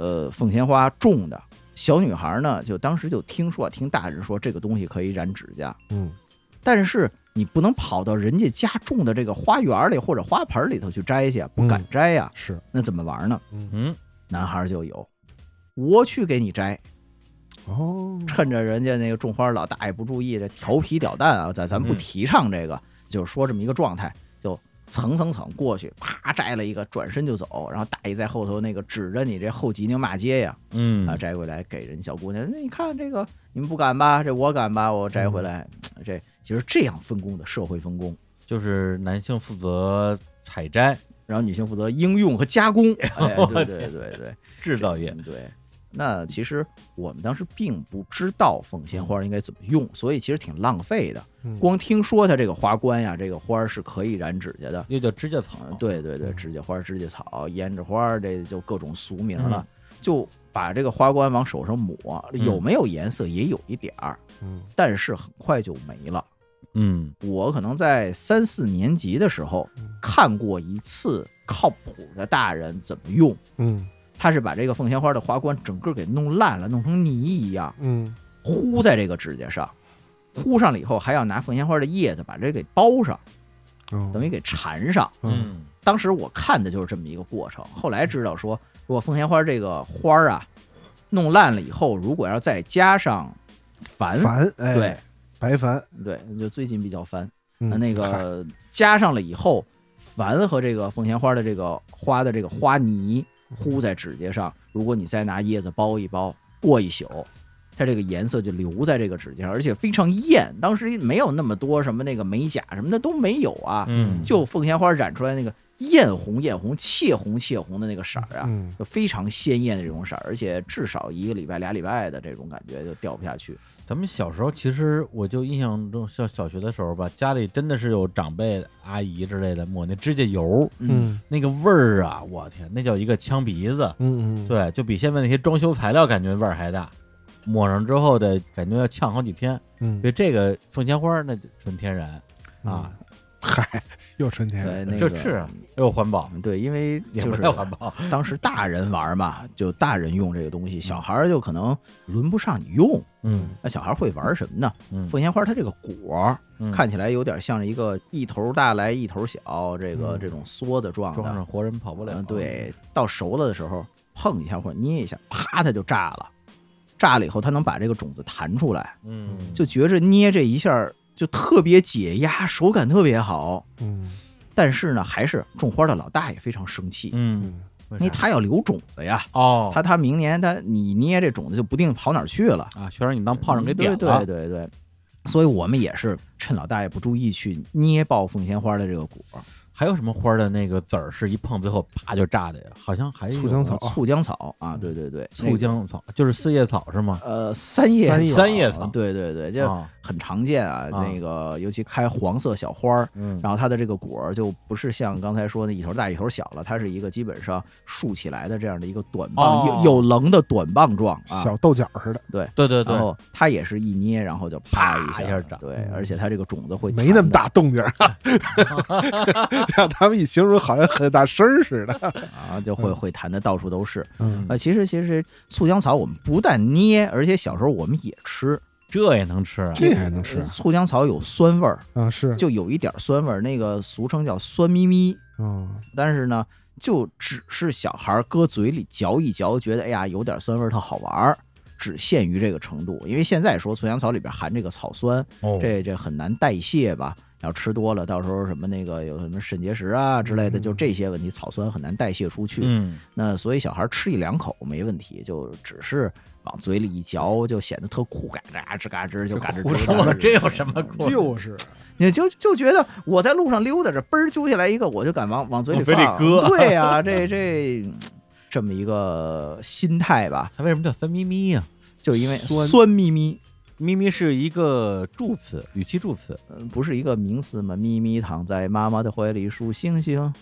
呃，凤仙花种的小女孩呢，就当时就听说听大人说这个东西可以染指甲，嗯但是你不能跑到人家家种的这个花园里或者花盆里头去摘去，啊不敢嗯摘呀、是那怎么玩呢？嗯嗯男孩就有，我去给你摘，哦趁着人家那个种花老大爷不注意，这调皮捣蛋啊，咱咱不嗯提倡这个，就是说这么一个状态，就蹭蹭蹭过去，啪摘了一个，转身就走，然后大爷在后头那个指着你这后脊梁骂街呀，啊，嗯摘回来给人小姑娘，那你看这个你们不敢吧？这我敢吧？我嗯摘回来，这其实这样分工的社会分工，就是男性负责采摘然后女性负责应用和加工，哎，对对对对。制造业嗯，对。那其实我们当时并不知道凤仙花应该怎么用，所以其实挺浪费的。嗯光听说它这个花冠呀，这个花儿是可以染指甲的。又叫指甲草嗯，，对对对，指甲花、指甲草、胭脂花，这就各种俗名了。就把这个花冠往手上抹，嗯有没有颜色也有一点儿，嗯但是很快就没了。嗯我可能在三四年级的时候看过一次靠谱的大人怎么用，嗯他是把这个凤仙花的花冠整个给弄烂了，弄成泥一样，嗯糊在这个指甲上，糊上了以后还要拿凤仙花的叶子把这给包上，哦等于给缠上。嗯嗯当时我看的就是这么一个过程，后来知道说，如果凤仙花这个花儿啊弄烂了以后，如果要再加上矾，烦哎对白烦对，就最近比较烦，嗯那那嗨个加上了以后，矾和这个凤仙花的这个花的这个花泥嗯糊在指甲上，如果你再拿叶子包一包，过一宿，它这个颜色就留在这个指甲上，而且非常艳。当时没有那么多什么那个美甲什么的都没有啊，嗯，就凤仙花染出来那个艳红艳红、怯红怯红的那个色儿啊。嗯就非常鲜艳的这种色儿，而且至少一个礼拜、俩礼拜的这种感觉就掉不下去。咱们小时候，其实我就印象中，小小学的时候吧，家里真的是有长辈、阿姨之类的抹那指甲油，嗯那个味儿啊，我天，那叫一个呛鼻子。嗯嗯对，就比现在那些装修材料感觉味儿还大。抹上之后的感觉要呛好几天，嗯所以这个凤仙花那就纯天然啊，嗨又春天嗯呃对，那就个是啊又环保，对，因为也就不是太环保。当时大人玩嘛，就大人用这个东西，小孩儿就可能轮不上你用。嗯那小孩儿会玩什么呢？嗯，凤仙花它这个果儿嗯看起来有点像一个一头大来一头小，这个嗯这种梭子状装的。上活人跑不了嗯，。，对，到熟了的时候碰一下或者捏一下，啪，它就炸了。炸了以后，它能把这个种子弹出来，嗯，就觉着捏这一下儿就特别解压，手感特别好。嗯但是呢，还是种花的老大爷非常生气，嗯，嗯为因为啥他要留种子呀。哦，他他明年他你捏这种子就不定跑哪儿去了，啊，全让你当炮仗给点嗯对了。对对对，所以我们也是趁老大爷不注意去捏爆凤仙花的这个果儿，还有什么花儿的那个籽儿是一碰最后啪就炸的呀？好像还有醋浆草呃醋浆草啊，对对对，哦嗯醋浆草就是四叶草是吗那？个呃三叶三叶三叶草对对对，这啊很常见啊，啊那个尤其开黄色小花儿。嗯然后它的这个果儿就不是像刚才说的一头大一头小了，它是一个基本上竖起来的这样的一个短棒，哦有有棱的短棒状啊，小豆角似的对对对然，后它也是一捏，然后就啪啪一一下长对，而且它这个种子会没那么弹大动静儿，啊 (laughs) 让他们一形容好像很大声儿似的。的啊，就会会弹的到处都是。嗯啊，其实其实醋浆草我们不但捏，而且小时候我们也吃。这也能吃啊？这还能吃呃醋浆草有酸味儿，啊？是，就有一点酸味儿，那个俗称叫酸咪咪。嗯但是呢，就只是小孩儿搁嘴里嚼一嚼，觉得哎呀有点酸味儿，特好玩儿。只限于这个程度，因为现在说醋浆草里边含这个草酸，哦，这这很难代谢吧？要吃多了，到时候什么那个有什么肾结石啊之类的，嗯就这些问题，草酸很难代谢出去。嗯那所以小孩吃一两口没问题，就只是往嘴里一嚼，就显得特酷，嘎吱嘎吱嘎吱就嘎吱这酷吱嘎什么吱。嗯这有什么酷就是你就就觉得我在路上溜达着，嘣儿揪下来一个，我就敢往往嘴里往 (laughs) 嘴里放搁对呀、这这。这么一个心态吧，它为什么叫酸咪咪呀、就因为酸酸咪咪，咪咪是一个助词，语气助词。嗯不是一个名词嘛，咪咪躺在妈妈的怀里数星星，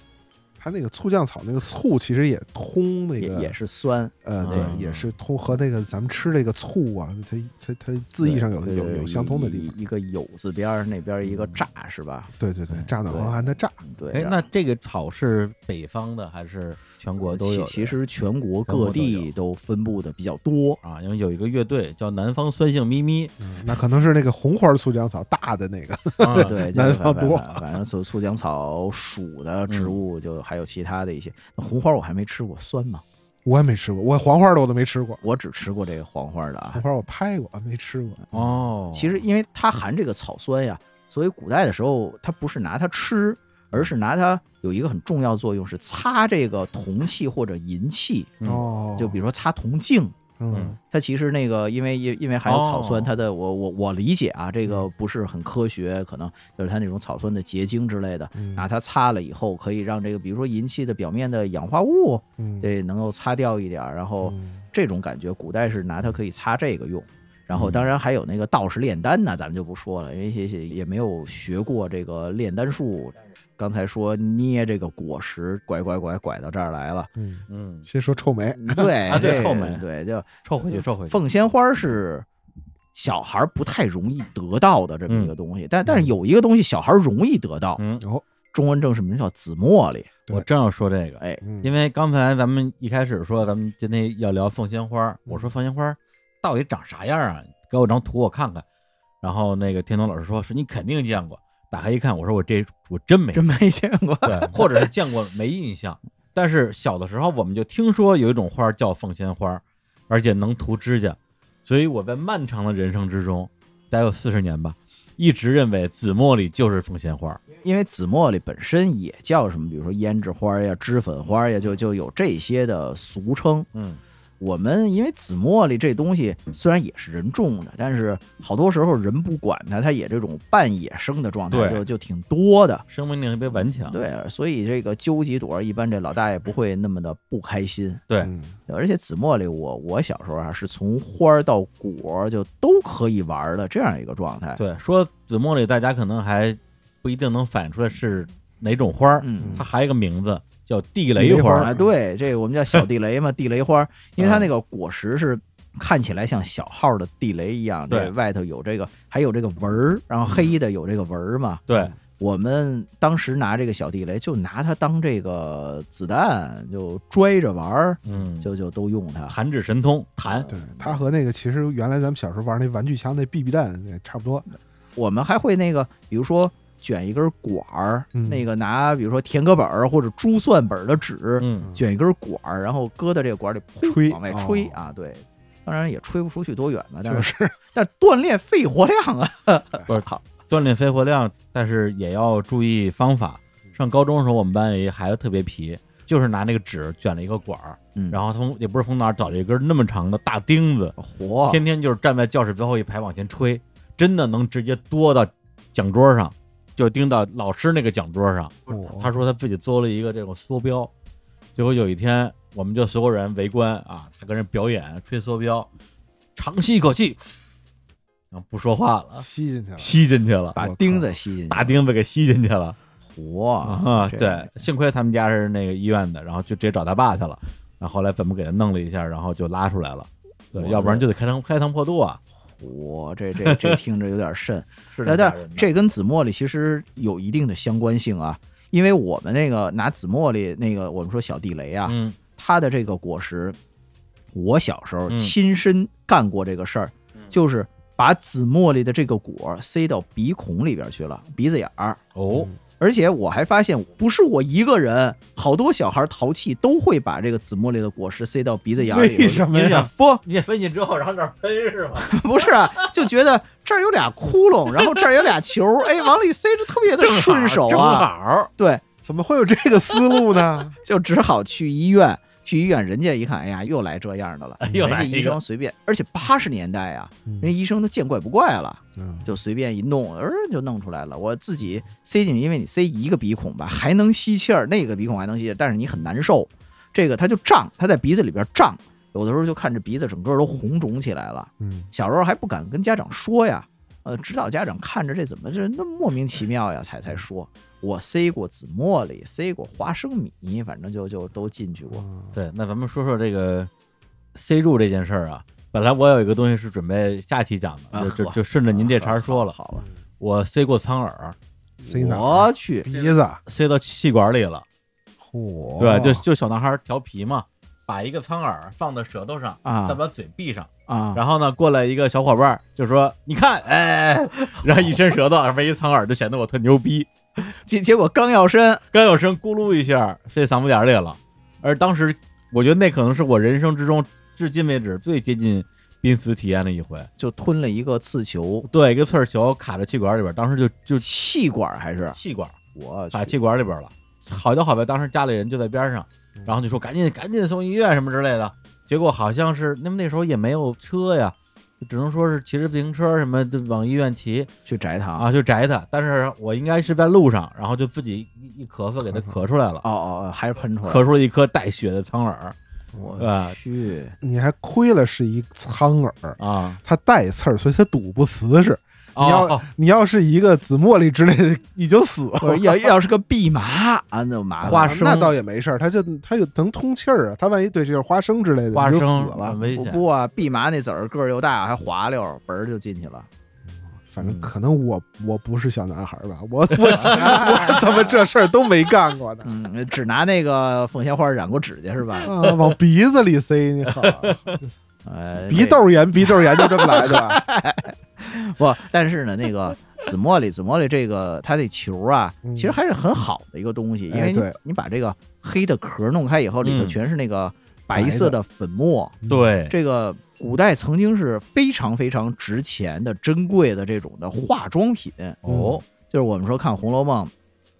它那个醋酱草那个醋其实也通那也个也是酸，呃，嗯对，也是通和那个咱们吃这个醋啊，它它它字义上有对有有相通的地，对方。嗯对一个有字边儿，那边儿一个炸是吧？对对对对，炸暖对黄寒的炸，嗯对，哎，然那这个草是北方的还是全国都有的呀？其其实全国全国各都地有都分布的比较多。啊，因为有一个乐队叫南方酸性咪 (laughs) 咪，嗯那可能是那个红花醋酱草大的那个， (laughs) 啊、对，南就是方反多反反正醋醋浆草属的植嗯物，就还有其他的一些。那红花我还没吃过，酸吗？我也没吃过，我黄花的我都没吃过，我只吃过这个黄花的红啊。花我拍过，没吃过。哦，其实因为它含这个草酸呀，所以古代的时候它不是拿它吃，而是拿它有一个很重要作用是擦这个铜器或者银器，嗯哦，就比如说擦铜镜。嗯嗯，它其实那个，因为因因为含有草酸，哦它的我我我理解啊，这嗯个不是很科学，可能就是它那种草酸的结晶之类的，嗯拿它擦了以后，可以让这个比如说银器的表面的氧化物，嗯，对，能够擦掉一点儿，然后嗯这种感觉，古代是拿它可以擦这个用。然后，当然还有那个道士炼丹呢，咱们就不说了，因为也也也没有学过这个炼丹术。刚才说捏这个果实，拐拐拐拐到这儿来了， (laughs) 嗯，嗯，先说臭美，对啊对这个臭美对，就抽回去，抽回去。凤仙花是小孩儿不太容易得到的这么一个东西，但但是有一个东西小孩儿容易得到，嗯，哦，中文正式名叫紫茉莉。我正要说这个，哎，嗯因为刚才咱们一开始说咱们今天要聊凤仙花，我说凤仙花到底长啥样啊？给我张图我看看。然后那个天童老师说，是你肯定见过。打开一看，我说我这我真 (laughs) 没真没见过。对，或者是见过没印象。但是小的时候我们就听说有一种花叫凤仙花，而且能涂指甲，所以我在漫长的人生之中，得有四十年吧，一直认为紫茉莉就是凤仙花。因为紫茉莉本身也叫什么，比如说胭脂花呀、脂粉花呀，就就有这些的俗称。嗯，我们因为紫茉莉这东西虽然也是人种的，但是好多时候人不管它，它也这种半野生的状态对就就挺多的。生命力特别顽强。对，所以这个揪几朵，一般这老大爷不会那么的不开心。对嗯而且紫茉莉我，我小时候啊，是从花儿到果儿就都可以玩儿的这样一个状态。对说紫茉莉，大家可能还不一定能反映出来是哪种花儿，嗯，它还有一个名字叫地雷花花儿。嗯儿啊，对，这个我们叫小地雷嘛，地雷花儿，因为它那个果实是看起来像小号的地雷一样，对嗯这外头有这个，还有这个纹儿，然后黑的有这个纹儿嘛。对，我们当时拿这个小地雷，就拿它当这个子弹，就拽着玩儿，嗯，就就都用它。弹指神通，弹对，它和那个其实原来咱们小时候玩那玩具枪那 BB 弹也差不多，我们还会那个，比如说卷一根管儿，嗯那个拿比如说田格本儿或者珠算本儿的纸，嗯，卷一根管儿，然后搁在这个管儿里噗吹往外吹、哦啊，对。当然也吹不出去多远嘛，但、就是是但是锻炼肺活量啊，不是好，锻炼肺活量，但是也要注意方法。上高中的时候，我们班有一孩子特别皮，就是拿那个纸卷了一个管儿，嗯，然后从也不是从哪儿找了一根那么长的大钉子，(laughs) 活天天就是站在教室最后一排往前吹，真的能直接多到讲桌上，就钉到老师那个讲桌上。哦他说他自己做了一个这种缩标，结果有一天我们就所有人围观啊，他跟人表演吹缩标，长吸一口气，然后不说话了，吸进去了，啊吸进去了。把我靠嗯钉子吸进去，大钉子给吸进去了活啊！这对，幸亏他们家是那个医院的，然后就直接找他爸去了。然后后来怎么给他弄了一下，然后就拉出来了。对，我要不然就得开膛开膛破肚啊！活这这这听着有点瘆， (laughs) 是但的，但这跟紫茉莉其实有一定的相关性啊，因为我们那个拿紫茉莉那个我们说小地雷啊，嗯它的这个果实，我小时候嗯亲身干过这个事儿，嗯就是把紫茉莉的这个果儿塞到鼻孔里边去了，鼻子眼儿。 (laughs) 哦，而且我还发现，不是我一个人，好多小孩淘气都会把这个紫茉莉的果实塞到鼻子眼儿里为边去。什么你想呀？不？你也分析之后，然后那儿喷是吗？ (laughs) 不是啊，就觉得这儿有俩窟窿，然后这儿有俩球，哎，往里塞着特别的好顺手 (laughs) 正啊。好对，怎么会有这个思路 (laughs) 呢？就只好去医院。去医院，人家一看，哎呀，又来这样的了， (laughs) 又来人一家个医生随便，而且八十年代啊，嗯人家医生都见怪不怪了，嗯就随便一弄，呃，就弄出来了。我自己塞进去，因为你塞一个鼻孔吧，还能吸气儿，那个鼻孔还能吸气儿，但是你很难受。这个它就胀，它在鼻子里边胀，有的时候就看着鼻子整个都红肿起来了。嗯小时候还不敢跟家长说呀，呃，指导家长看着这怎么这那莫名其妙呀，才才说。我塞过紫茉莉，塞过花生米，反正就就都进去过。嗯对，那咱们说说这个塞住这件事儿啊。本来我有一个东西是准备下期讲啊的，就就呵就顺着您这茬儿说了，好吧，我塞过苍耳，塞哪儿？我去，鼻 (laughs) 子啊，塞到气管里了。嚯！哦对，啊就就小男孩调皮嘛，把一个苍耳放到舌头上，啊再把嘴闭上，啊，然后呢，过来一个小伙伴儿就说：“你看，哎，然后一伸舌头，上面一苍耳，就显得我特牛逼。结结果刚要伸，刚有声咕噜一下飞嗓子眼儿里了，而当时我觉得那可能是我人生之中至今为止最接近濒死体验的一回。就吞了一个刺球，对，一个刺儿球卡在气管里边儿，当时就就气管还是气管我卡去气管里边儿了。好就好在当时家里人就在边上，然后就说赶紧赶紧送医院什么之类的。结果好像是那么那时候也没有车呀，只能说是骑着自行车什么就往医院骑去摘它啊，就摘它。但是我应该是在路上，然后就自己一一咳嗽给它咳出来了，哦哦，哦还是呃喷嗯出来了，咳出了一颗带血的苍耳我啊 (laughs) 去，你还亏了是一苍耳，啊！它带刺儿，所以它堵不瓷实。你要、哦，你要是一个紫茉莉之类的，你就死我了。要 (laughs) 要是个蓖麻啊，那麻烦花了生那倒也没事儿，它就它就能通气儿啊。它万一对这个花生之类的，花你就生死了很。危不险。不啊，蓖麻那籽儿个儿又大，还滑溜儿，嘣儿就进去 (laughs) 了。反正嗯可能我我不是小男孩儿吧，我 (laughs) 我我怎么这事儿都没干过呢？嗯，只拿那个凤仙花染过指甲是吧？啊，往鼻子里塞，你好，嗯呃，鼻这个窦炎，鼻窦炎就这么来的 (laughs) 吧？不，但是呢，那个紫茉莉，紫茉莉这个它这球啊，嗯其实还是很好的一个东西，因哎为你对你把这个黑的壳弄开以后，里头嗯全是那个白白色的的粉末。对，这个古代曾经是非常非常值钱的、珍贵的这种的化妆品。哦，嗯就是我们说看《红楼梦》，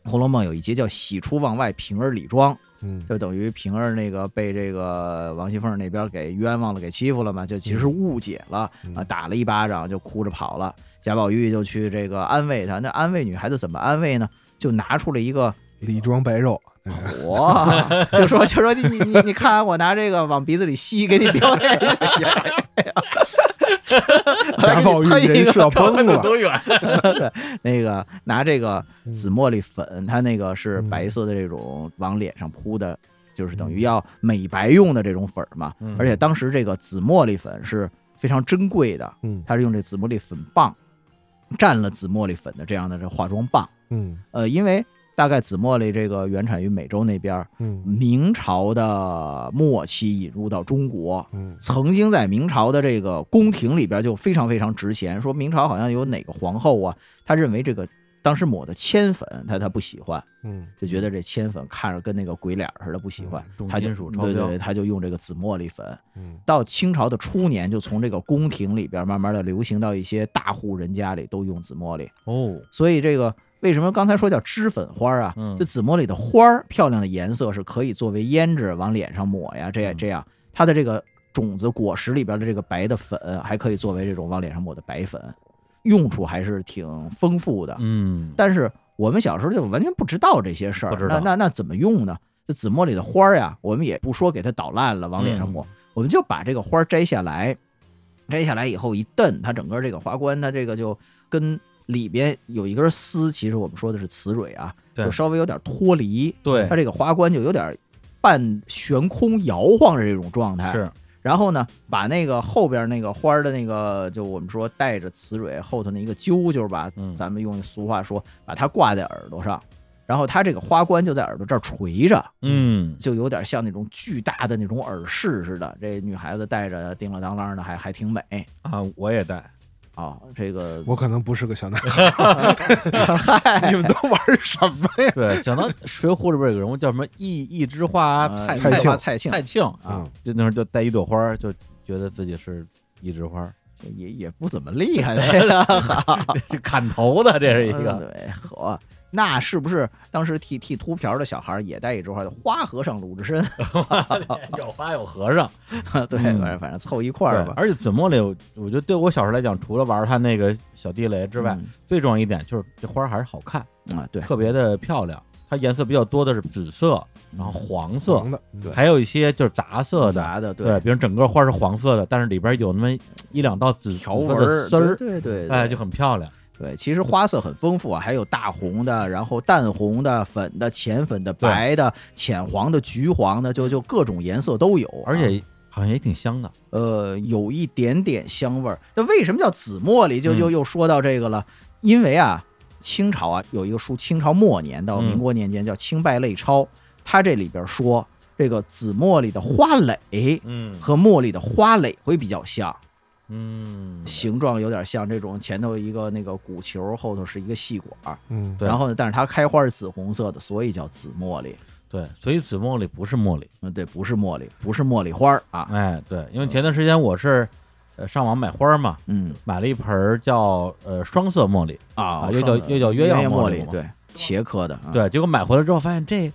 《红楼梦》有一节叫“喜出望外，平儿李庄”，嗯就等于平儿那个被这个王熙凤那边给冤枉了，给欺负了嘛，就其实是误解了嗯啊，打了一巴掌就哭着跑了。贾宝玉就去这个安慰她，那安慰女孩子怎么安慰呢？就拿出了一个里庄白肉，火， (laughs) 就说就说你你你你看啊我拿这个往鼻子里吸，给你表演一下。贾宝玉人设崩了，远？那个拿这个紫茉莉粉，它那个是白色的这种往脸上铺的，就是等于要美白用的这种粉儿嘛。嗯而且当时这个紫茉莉粉是非常珍贵的，嗯它是用这紫茉莉粉棒蘸了紫茉莉粉的这样的这化妆棒。嗯呃，因为大概紫茉莉这个原产于美洲那边儿，嗯明朝的末期引入到中国，嗯曾经在明朝的这个宫廷里边就非常非常值钱。说明朝好像有哪个皇后啊，她认为这个当时抹的铅粉，她她不喜欢，嗯就觉得这铅粉看着跟那个鬼脸儿似的，不喜欢。重她嗯就金属超对标对，她就用这个紫茉莉粉。嗯到清朝的初年，就从这个宫廷里边慢慢的流行到一些大户人家里都用紫茉莉。哦，所以这个为什么刚才说叫脂粉花啊？嗯这紫茉莉的花儿漂亮的颜色是可以作为胭脂往脸上抹呀，这样嗯这样，它的这个种子果实里边的这个白的粉，还可以作为这种往脸上抹的白粉，用处还是挺丰富的。嗯，但是我们小时候就完全不知道这些事儿不知，那道那那怎么用呢？这紫茉莉的花儿呀，我们也不说给它捣烂了往脸上抹，嗯我们就把这个花儿摘下来，摘下来以后一蹬，它整个这个花冠，它这个就跟里边有一根丝，其实我们说的是雌蕊啊，对就稍微有点脱离，对它这个花冠就有点半悬空摇晃的这种状态。是然后呢，把那个后边那个花儿的那个，就我们说带着雌蕊后头那一个揪揪吧，嗯咱们用俗话说，把它挂在耳朵上，然后它这个花冠就在耳朵这儿垂着，嗯就有点像那种巨大的那种耳饰似的。这女孩子戴着叮了当啷的，还还挺美啊，我也带。啊、这个 (laughs) 我可能不是个小男孩儿，你们都玩什么呀？对，想到《水浒》里边有个人物叫什么一一枝花 (laughs) 呃蔡蔡庆庆啊蔡庆蔡庆啊嗯，就那时候就带一朵花儿，就觉得自己是一枝花儿，也也不怎么厉害的。 (laughs) 是砍头的，这是一 (laughs) 嗯个。对，呵，那是不是当时剃剃秃瓢的小孩儿也戴一枝花的花和尚鲁智深？ (laughs) 嗯有花有和 (laughs) 尚，对，嗯反正反正凑一块对儿吧。而且紫茉莉，我我觉得对我小时候来讲，除了玩它嗯那个小地雷之外，最重要一点就是这花儿还是好看，嗯啊，对，特别的漂亮。它颜色比较多的是紫色，然后黄色，黄的，嗯对还有一些就是杂色的。杂的，对，比如整个花是黄色的，但是里边有那么一两道紫条紫纹色的儿，丝儿，对对，对哎，就很漂亮。对，其实花色很丰富啊，还有大红的，然后淡红的、粉的、浅粉的、对白的、浅黄的、橘黄的，就就各种颜色都有啊、而且好像也挺香的。呃，有一点点香味儿。那为什么叫紫茉莉？就嗯就又说到这个了，因为啊，清朝啊有一个书，清朝末年嗯到民国年间叫《清拜类钞》，它这里边说这个紫茉莉的花蕾嗯和茉莉的花蕾会比较像。嗯，形状有点像这种前头一个那个鼓球，后头是一个细管儿，嗯，对然后呢，但是它开花是紫红色的，所以叫紫茉莉。对，所以紫茉莉不是茉莉。嗯，对，不是茉莉，不是茉莉花儿啊。哎，对，因为前段时间我是呃上网买花儿嘛，嗯买了一盆儿叫呃双色茉莉，啊啊，又叫双又叫鸳鸯鸯茉莉莉，嘛对，茄科的。啊，对，结果买回来之后发现这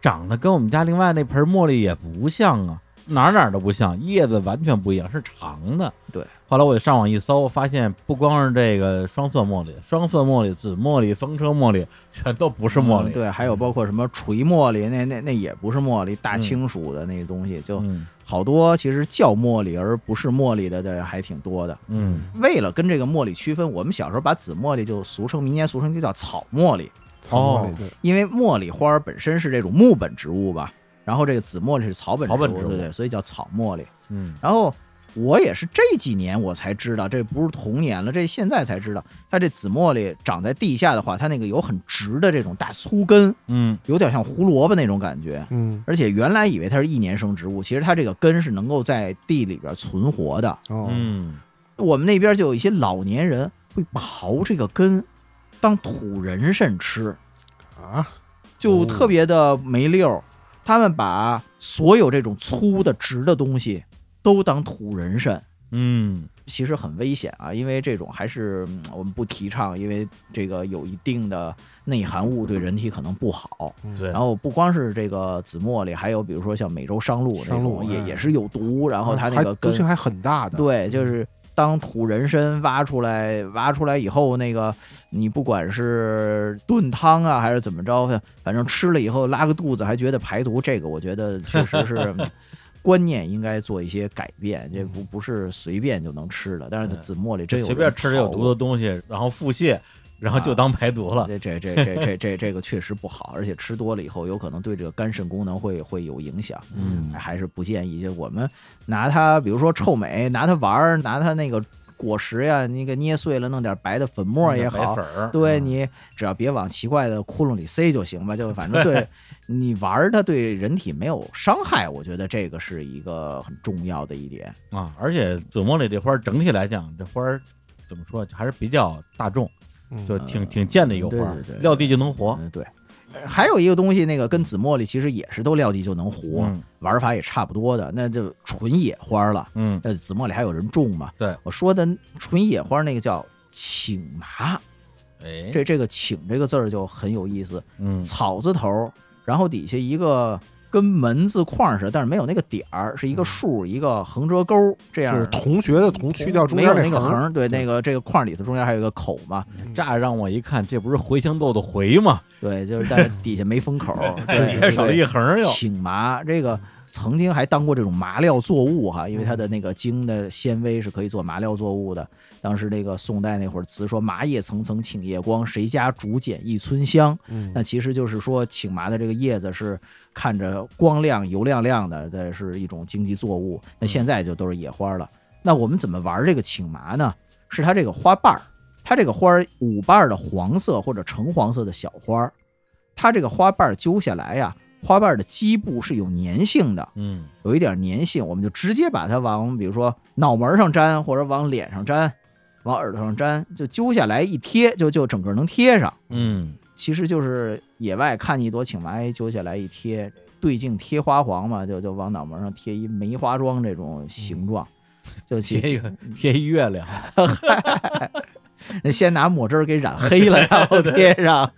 长得跟我们家另外那盆茉莉也不像啊，哪儿哪儿都不像，叶子完全不一样，是长的。对，后来我就上网一搜，发现不光是这个双色茉莉、双色茉莉、紫茉莉、风车茉莉，全都不是茉莉。嗯对，还有包括什么垂茉莉，那那那也不是茉莉，大嗯青属的那东西，就嗯好多其实叫茉莉而不是茉莉的，的还挺多的。嗯，为了跟这个茉莉区分，我们小时候把紫茉莉就俗称，民间俗称就叫草茉莉。草哦茉莉对因为茉莉花儿本身是这种木本植物吧，然后这个紫茉莉是草本植物，草本植物对对，所以叫草茉莉。嗯然后我也是这几年我才知道，这不是童年了，这现在才知道，它这紫茉莉长在地下的话，它那个有很直的这种大粗根，嗯有点像胡萝卜那种感觉。嗯，而且原来以为它是一年生植物，其实它这个根是能够在地里边存活的。哦，嗯，我们那边就有一些老年人会刨这个根当土人参吃。啊，就哦特别的没溜儿。他们把所有这种粗的、直的东西都当土人参，嗯其实很危险啊，因为这种还是嗯我们不提倡，因为这个有一定的内含物对人体可能不好。嗯对然后不光是这个紫茉莉，还有比如说像美洲商陆那商陆种，也哎啊也是有毒，然后它那还个毒根性还很大的，对，嗯就是当土人参挖出来，挖出来以后，那个你不管是炖汤啊，还是怎么着，反反正吃了以后拉个肚子，还觉得排毒，这个我觉得确实是 (laughs) 嗯观念应该做一些改变，这不不是随便就能吃的。但是紫茉莉真嗯有随便人吃点有刨毒的东西，然后腹泻，然后就啊当排毒了。这这这这这这这个确实不好，而且吃多了以后，有可能对这个肝肾功能会会有影响。嗯哎还是不建议。就我们拿它，比如说臭美，拿它玩儿，拿它那个果实呀，那个捏碎了弄点白的粉末也白好粉。儿，嗯对你只要别往奇怪的窟窿里塞就行吧，就反正对你玩儿它对人体没有伤害，我觉得这个是一个很重要的一点。啊，而且紫茉莉这花儿整体来讲，这花儿怎么说，还是比较大众，嗯就挺挺贱的一个对花儿呃对对，对撂地就能活。嗯，对。呃还有一个东西，那个跟紫茉莉其实也是都撂地就能活，嗯玩法也差不多的，那就纯野花了。嗯，呃，紫茉莉还有人种嘛？对，我说的纯野花那个叫请麻，哎，这这个“请”这个字儿就很有意思，嗯草字头，然后底下一个跟门字框似的，但是没有那个点儿，是一个竖一个横折钩这样就儿是的，同学的同去掉中没间有那那个儿，嗯横，对，那个这个框里头中间还有一个口嘛，乍让我一看，这不是茴香豆的茴吗？对，就是但是底下没封口， (laughs) 对，底下少了一横儿对哟。请麻这个。曾经还当过这种麻料作物哈，因为它嗯的那个茎的纤维是可以做麻料作物的。当时那个宋代那会儿词说“麻叶层层请夜光，谁家竹简一村香”，嗯那其实就是说，请麻的这个叶子是看着光亮、油亮亮的，这是一种经济作物。那现在就都是野花了。那我们怎么玩这个请麻呢？是它这个花瓣儿，它这个花儿五瓣儿的黄色或者橙黄色的小花儿，它这个花瓣儿揪下来呀，花瓣儿的基部是有粘性的，嗯有一点粘性，我们就直接把它往比如说脑门儿上粘，或者往脸上粘，往耳朵上粘，就揪下来一贴，就就整个能贴上。嗯其实就是野外看一朵请麻衣揪下来一贴，对镜贴花黄嘛，就就往脑门上贴一梅花桩这种形状，就嗯贴一其个贴一月亮，那先拿墨汁儿给染黑 (laughs) 了，然后贴上。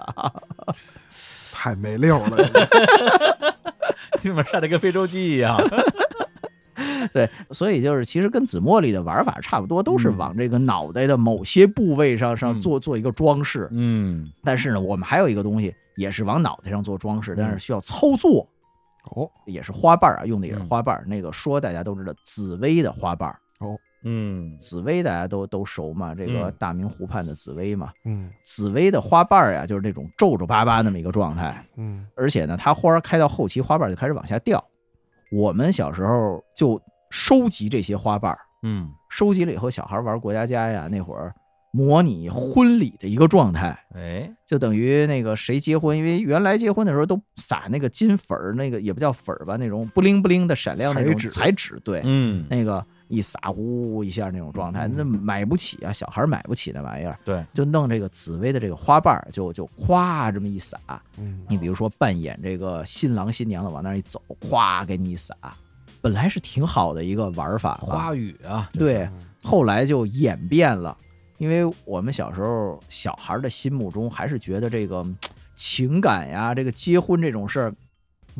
太没 (laughs) 溜儿了，基本晒得跟非洲鸡一样。对，所以就是其实跟紫茉莉的玩法差不多，都是嗯往这个脑袋的某些部位上上嗯做做一个装饰。 (laughs) 嗯，但是呢，我们还有一个东西也是往脑袋上做装饰，但嗯是需要操作，哦，也是花瓣儿啊，用的也是嗯花瓣儿。那个说大家都知道，紫薇的花瓣儿，嗯紫薇大家都都熟嘛，这个嗯大明湖畔的紫薇嘛，嗯紫薇的花瓣儿呀，就是那种皱皱巴巴那么一个状态，嗯而且呢，它花儿开到后期，花瓣儿就开始往下掉。我们小时候就收集这些花瓣儿，嗯，收集了以后，小孩玩过家家呀，那会儿模拟婚礼的一个状态，哎，就等于那个谁结婚，因为原来结婚的时候都撒那个金粉儿，那个也不叫粉儿吧，那种不灵不灵的闪亮那种彩纸彩纸，对，嗯，那个一撒呼呼一下那种状态，嗯那买不起啊，小孩买不起那玩意儿，对，就弄这个紫薇的这个花瓣儿，就就咵这么一撒，嗯，你比如说扮演这个新郎新娘的往那儿一走，咵给你一撒，本来是挺好的一个玩法吧，花语啊，对，嗯后来就演变了，因为我们小时候小孩的心目中还是觉得这个情感呀，这个结婚这种事儿，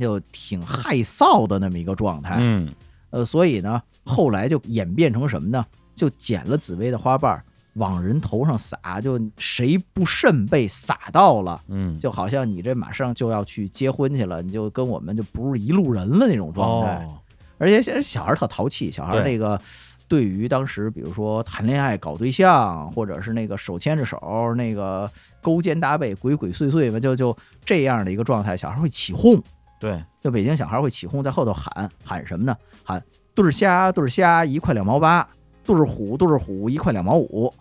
就挺害臊的那么一个状态。嗯呃，所以呢，后来就演变成什么呢？就捡了紫薇的花瓣儿往人头上撒，就谁不慎被撒到了。嗯，就好像你这马上就要去结婚去了，你就跟我们就不是一路人了那种状态。哦，而且现在小孩儿特淘气，小孩儿对那个对于当时比如说谈恋爱、搞对象，或者是那个手牵着手、那个勾肩搭背、鬼鬼祟祟吧，就就这样的一个状态，小孩儿会起哄。对，就北京小孩儿会起哄，在后头喊喊什么呢？喊对儿虾，对儿虾一块两毛八，对儿虎，对儿虎一块两毛五。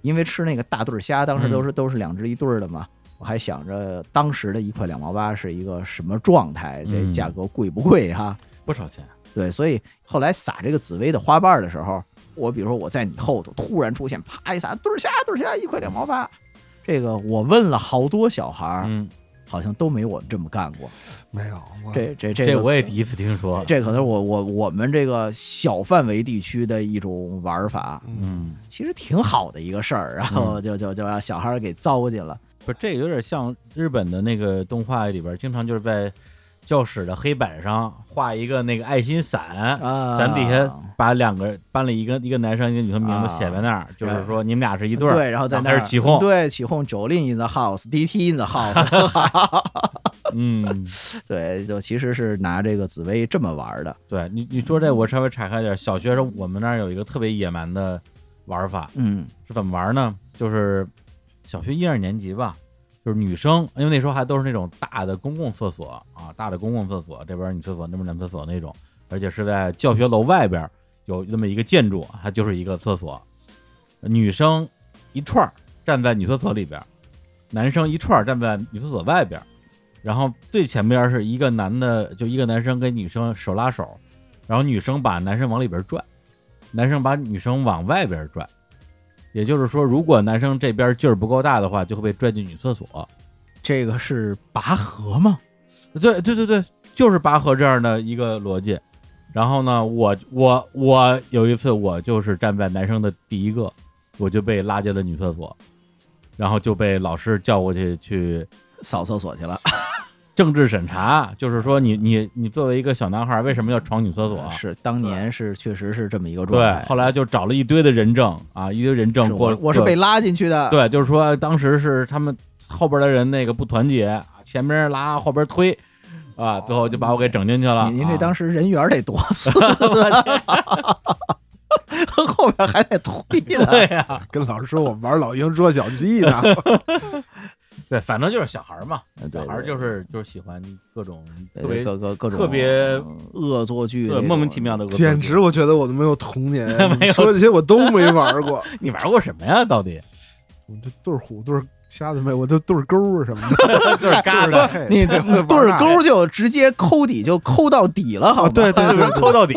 因为吃那个大对儿虾，当时嗯都是、都是两只一对儿的嘛。我还想着当时的一块两毛八是一个什么状态，这嗯价格贵不贵哈、不少钱，对，所以后来撒这个紫薇的花瓣儿的时候，我比如说我在你后头突然出现，啪一撒，对儿虾，对儿虾，一块两毛八。这个我问了好多小孩儿，嗯，好像都没我们这么干过。没有我这这这这个我也第一次听说，这可能是我我我们这个小范围地区的一种玩儿法，嗯，其实挺好的一个事儿，然后就就就让小孩儿给糟践了。不是，这有点像日本的那个动画里边，经常就是在教室的黑板上画一个那个爱心伞，啊啊伞底下把两个班里一个一个男生一个女生名字写在那儿，就是说你们俩是一对儿，对，然后在那开儿始起哄，对，起哄，Jolin in the house，DT in (laughs) the house，嗯，对，就其实是拿这个紫薇这么玩儿的。对你你说这我稍微岔开点儿，小学时候我们那儿有一个特别野蛮的玩法，嗯是怎么玩呢？就是小学一二年级吧，就是女生，因为那时候还都是那种大的公共厕所啊，大的公共厕所，这边女厕所，那边男厕所那种，而且是在教学楼外边有那么一个建筑，它就是一个厕所，女生一串儿站在女厕所里边，男生一串儿站在女厕所外边，然后最前边是一个男的，就一个男生跟女生手拉手，然后女生把男生往里边拽，男生把女生往外边拽。也就是说，如果男生这边劲儿不够大的话，就会被拽进女厕所。这个是拔河吗？对对对对，就是拔河这样的一个逻辑。然后呢，我我我有一次我就是站在男生的第一个，我就被拉进了女厕所，然后就被老师叫过去去扫厕所去了，政治审查，就是说你你你作为一个小男孩，为什么要闯女厕所？是当年是确实是这么一个状对态。，后来就找了一堆的人证啊，一堆人证是过我我是过被拉进去的。对，就是说当时是他们后边的人那个不团结，前面拉后边推，啊，最后就把我给整进去了。啊您您这当时时人缘儿得多次， (laughs) 后边还得 (laughs) 推对呢。呀、 (laughs) 跟老师说我们玩老鹰捉小鸡呢，对，反正就是小孩儿嘛，哎对小孩儿对哎就是就是喜欢各种 (laughs) 特对别各各各种特别嗯恶作剧那对种，莫名其妙的恶作剧，简直我觉得我都没有童 (laughs) 年没有，你们说这些我都没玩过，你玩过什么呀？到底我这对儿虎对儿虾都没，有，我都对儿钩儿什么的，就是嘎对的，儿你对对着钩就直接抠底，就抠到底了，好啊，吗？对对 (laughs) 就对是抠到底，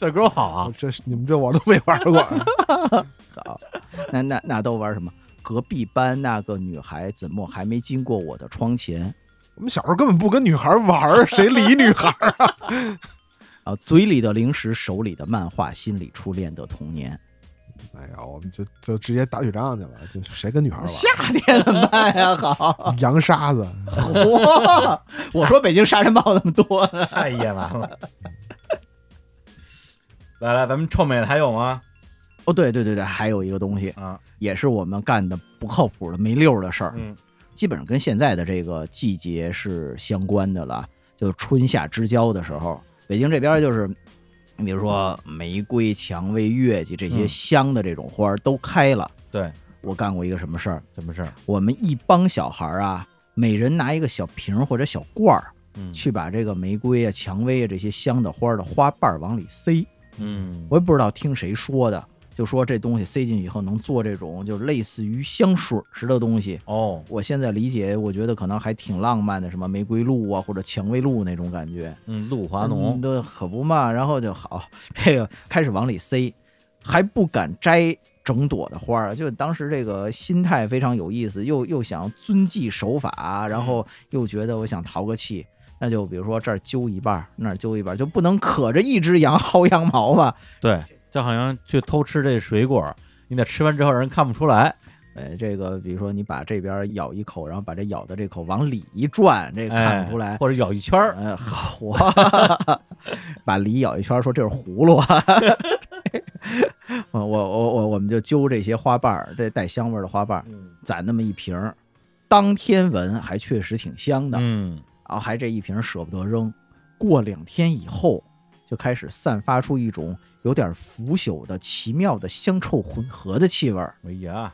对勾好我 (laughs) 啊，这是你们这我都没玩过，啊好，那那那都玩什么？隔壁班那个女孩怎么还没经过我的窗前？我们小时候根本不跟女孩玩儿，谁理女孩儿？ (laughs) 啊，嘴里的零食，手里的漫画，心里初恋的童年。哎呀，我们就就直接打雪仗去了，就谁跟女孩玩儿？夏天怎么办呀？好， (laughs) 洋沙子，我我说北京沙尘暴那么多呢，太野蛮了。 (laughs) 来来，咱们臭美的还有吗？哦，对对对对，还有一个东西，啊，也是我们干的不靠谱的、没溜儿的事儿，嗯基本上跟现在的这个季节是相关的了，就是春夏之交的时候，北京这边就是，你比如说玫瑰、蔷薇、月季这些嗯香的这种花儿都开了。对，我干过一个什么事儿？什么事儿？我们一帮小孩儿啊，每人拿一个小瓶儿或者小罐儿，嗯，去把这个玫瑰啊、蔷薇啊这些香的花儿的花瓣儿往里塞。嗯，我也不知道听谁说的，就说这东西塞进去以后能做这种就类似于香水似的东西。哦，我现在理解，我觉得可能还挺浪漫的，什么玫瑰露啊，或者蔷薇露那种感觉。嗯，露华嗯浓，对，可不嘛。然后就好，这个开始往里塞，还不敢摘整朵的花儿，就当时这个心态非常有意思，又又想遵纪守法，然后又觉得我想淘个气。那就比如说这儿揪一半儿，那儿揪一半儿，就不能可着一只羊薅羊毛吧？对，就好像去偷吃这水果，你得吃完之后让人看不出来，呃，这个比如说你把这边咬一口，然后把这咬的这口往里一转，这个看哎不出来。或者咬一圈儿，呃，好我 (laughs) 把梨咬一圈，说这是葫芦。 (laughs) 我我我我我们就揪这些花瓣儿，这带香味儿的花瓣儿，嗯攒那么一瓶儿。当天闻还确实挺香的，嗯，然后还这一瓶舍不得扔。过两天以后，就开始散发出一种有点腐朽的奇妙的香臭混合的气味儿。哎呀，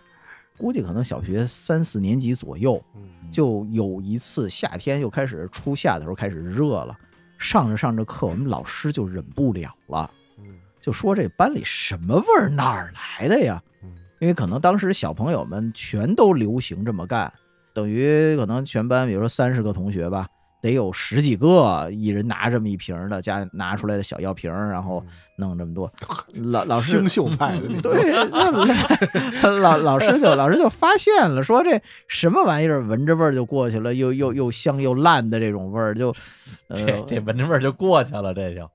估计可能小学三四年级左右，嗯就有一次夏天又开始初夏的时候开始热了，上着上着课，我们老师就忍不了了，嗯就说这班里什么味儿哪儿来的呀？嗯因为可能当时小朋友们全都流行这么干，等于可能全班，比如说三十个同学吧，得有十几个一人拿这么一瓶儿的，加拿出来的小药瓶儿，然后弄这么多。老老 (laughs) 师星宿派的 (laughs) 那种，对，那老老师就老师就发现了，说这什么玩意儿，闻着味儿就过去了，又又又香又烂的这种味儿，就，呃，这这闻着味儿就过去了，这就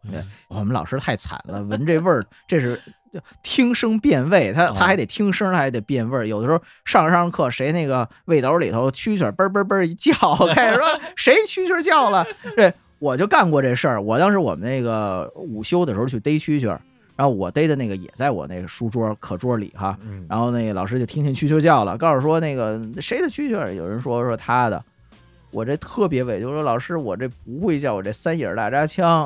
我们老师太惨了，闻这味儿，这是就听声辨味，哦他他还得听声，他还得辨味儿。有的时候上着上着课，谁那个味斗里头蛐蛐儿嘣嘣嘣一叫，开 (laughs) 始说谁蛐蛐儿叫了，这我就干过这事儿。我当时我们那个午休的时候去逮蛐蛐儿，然后我逮的那个也在我那个书桌课桌里哈，嗯然后那个老师就听见蛐蛐叫了，告诉说那个谁的蛐蛐儿，有人说说他的，我这特别委屈，我说老师我这不会叫，我这三眼儿大 (laughs) 扎枪，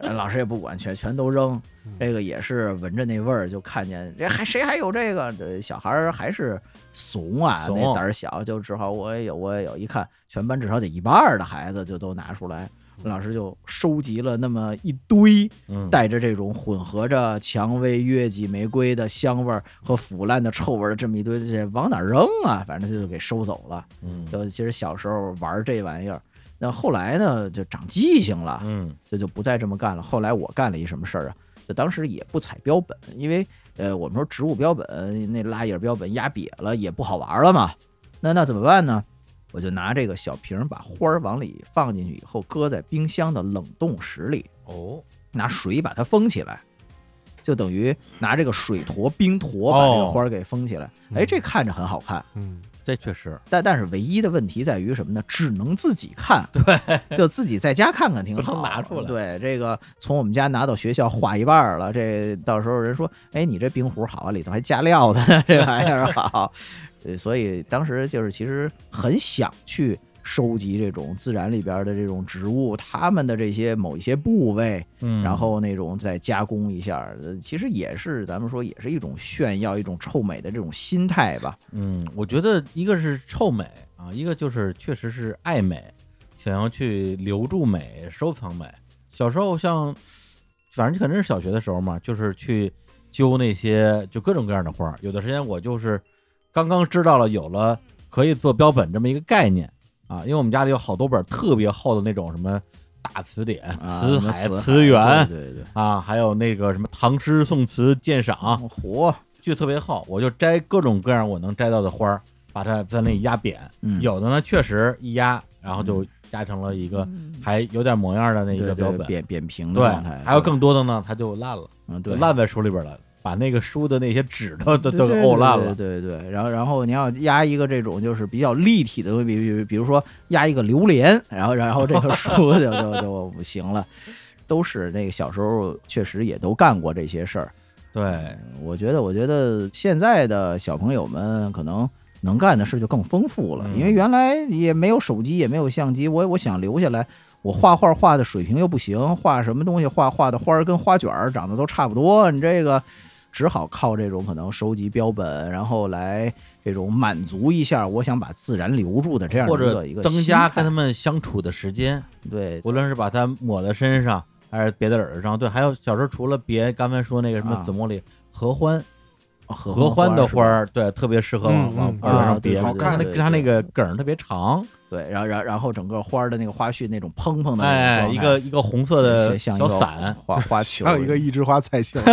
哎老师也不管，全全都扔。嗯这个也是闻着那味儿就看见，这还谁还有这个？这小孩儿还是怂啊，怂那胆儿小，就只好我也有我也有。一看全班至少得一半儿的孩子就都拿出来，老师就收集了那么一堆。嗯，带着这种混合着蔷薇、月季、玫瑰的香味儿和腐烂的臭味儿，这么一堆，这往哪儿扔啊？反正就给收走了。嗯就其实小时候玩这玩意儿，那后来呢就长记性了，嗯这就不再这么干了。后来我干了一什么事儿啊？就当时也不采标本，因为呃，我们说植物标本那拉叶标本压瘪了也不好玩了嘛。那那怎么办呢？我就拿这个小瓶儿把花儿往里放进去以后，搁在冰箱的冷冻室里。哦拿水把它封起来，就等于拿这个水坨、冰坨把这个哦花儿给封起来。哎，这看着很好看，嗯 (laughs) 这确实，但但是唯一的问题在于什么呢？只能自己看，对，就自己在家看看挺好。不能拿出来对，这个从我们家拿到学校画一半儿了，这到时候人说，哎，你这冰壶好啊，里头还加料的， (laughs) 这玩意儿好。呃所以当时就是其实很想去收集这种自然里边儿的这种植物，它们的这些某一些部位，嗯，然后那种再加工一下儿，呃其实也是咱们说也是一种炫耀、一种臭美的这种心态吧。嗯，我觉得一个是臭美啊，一个就是确实是爱美，想要去留住美、收藏美。小时候像，反正可能是小学的时候嘛，就是去揪那些就各种各样的花儿。有的时间我就是刚刚知道了有了可以做标本这么一个概念啊，因为我们家里有好多本特别厚的那种什么大词典、啊词什么海、死词源对对对，啊，还有那个什么唐诗宋词鉴赏，活，剧特别厚，我就摘各种各样我能摘到的花儿，把它在那里压扁。嗯，有的呢，确实一压，然后就压成了一个还有点模样的那一对个对标本。扁扁平的对状态，，还有更多的呢，它就烂了，嗯就对。烂在书里边了，把那个书的那些纸都都对都给对沤对烂对了。对对对然后然后你要压一个这种就是比较立体的，比比比如说压一个榴莲，然后然后这个书就就就不行了。都是那个小时候确实也都干过这些事儿。对，我觉得，我觉得现在的小朋友们可能能干的事就更丰富了，嗯因为原来也没有手机，也没有相机，我我想留下来。我画画画的水平又不行，画什么东西画画的花儿跟花卷儿长得都差不多，你这个只好靠这种可能收集标本，然后来这种满足一下我想把自然留住的这样的或一者个一个增心加态跟他们相处的时间，对无论是把它抹在身上，还是别在耳朵上。对，还有小时候除了别刚才说那个什么啊紫茉莉、合欢、合合欢的花花儿儿，对，特别适合往嗯往嗯耳朵上对别。好它看那对它那对个梗儿特别长，是吧，对，然后然后然后整个花儿的那个花絮那种砰砰的那哎，状一态个一个红色的像小一个 (laughs) 伞，花 (laughs) 花球，像一个一枝花蔡庆， (laughs)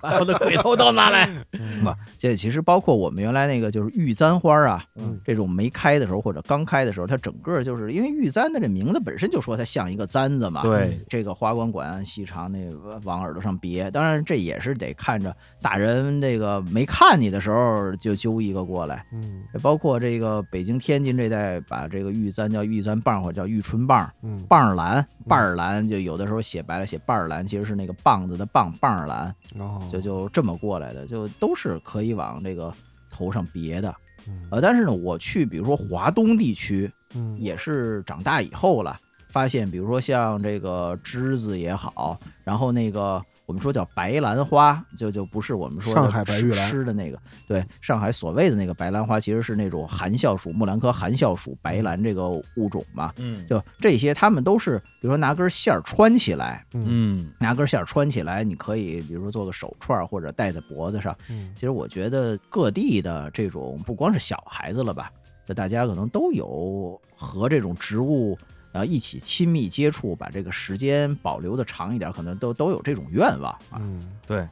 把我的鬼头刀拿 (laughs) 来。嗯这其实包括我们原来那个就是玉簪花啊，嗯这种没开的时候或者刚开的时候，它整个就是因为玉簪的这名字本身就说它像一个簪子嘛。对，这个花冠管啊细长，那个往耳朵上别。当然，这也是得看着大人这个没看你的时候就揪一个过来。嗯包括这个北京、天津这带，把这个玉簪叫玉簪棒或者叫玉春棒、嗯，棒儿兰、棒儿兰，就有的时候写白了写棒儿兰，其实是那个棒子的棒棒儿兰。哦就就这么过来的，就都是可以往这个头上别的。嗯呃，但是呢，我去比如说华东地区，嗯也是长大以后了，发现比如说像这个栀子也好，然后那个我们说叫白兰花，就就不是我们说的上海白玉兰吃吃的那个，对，上海所谓的那个白兰花，其实是那种含笑属木兰科含笑属白兰这个物种嘛。嗯就这些，它们都是，比如说拿根线儿穿起来，嗯，拿根线儿穿起来，你可以比如说做个手串儿或者戴在脖子上。嗯其实我觉得各地的这种不光是小孩子了吧，就大家可能都有和这种植物呃一起亲密接触，把这个时间保留的长一点，可能都都有这种愿望啊。嗯，对，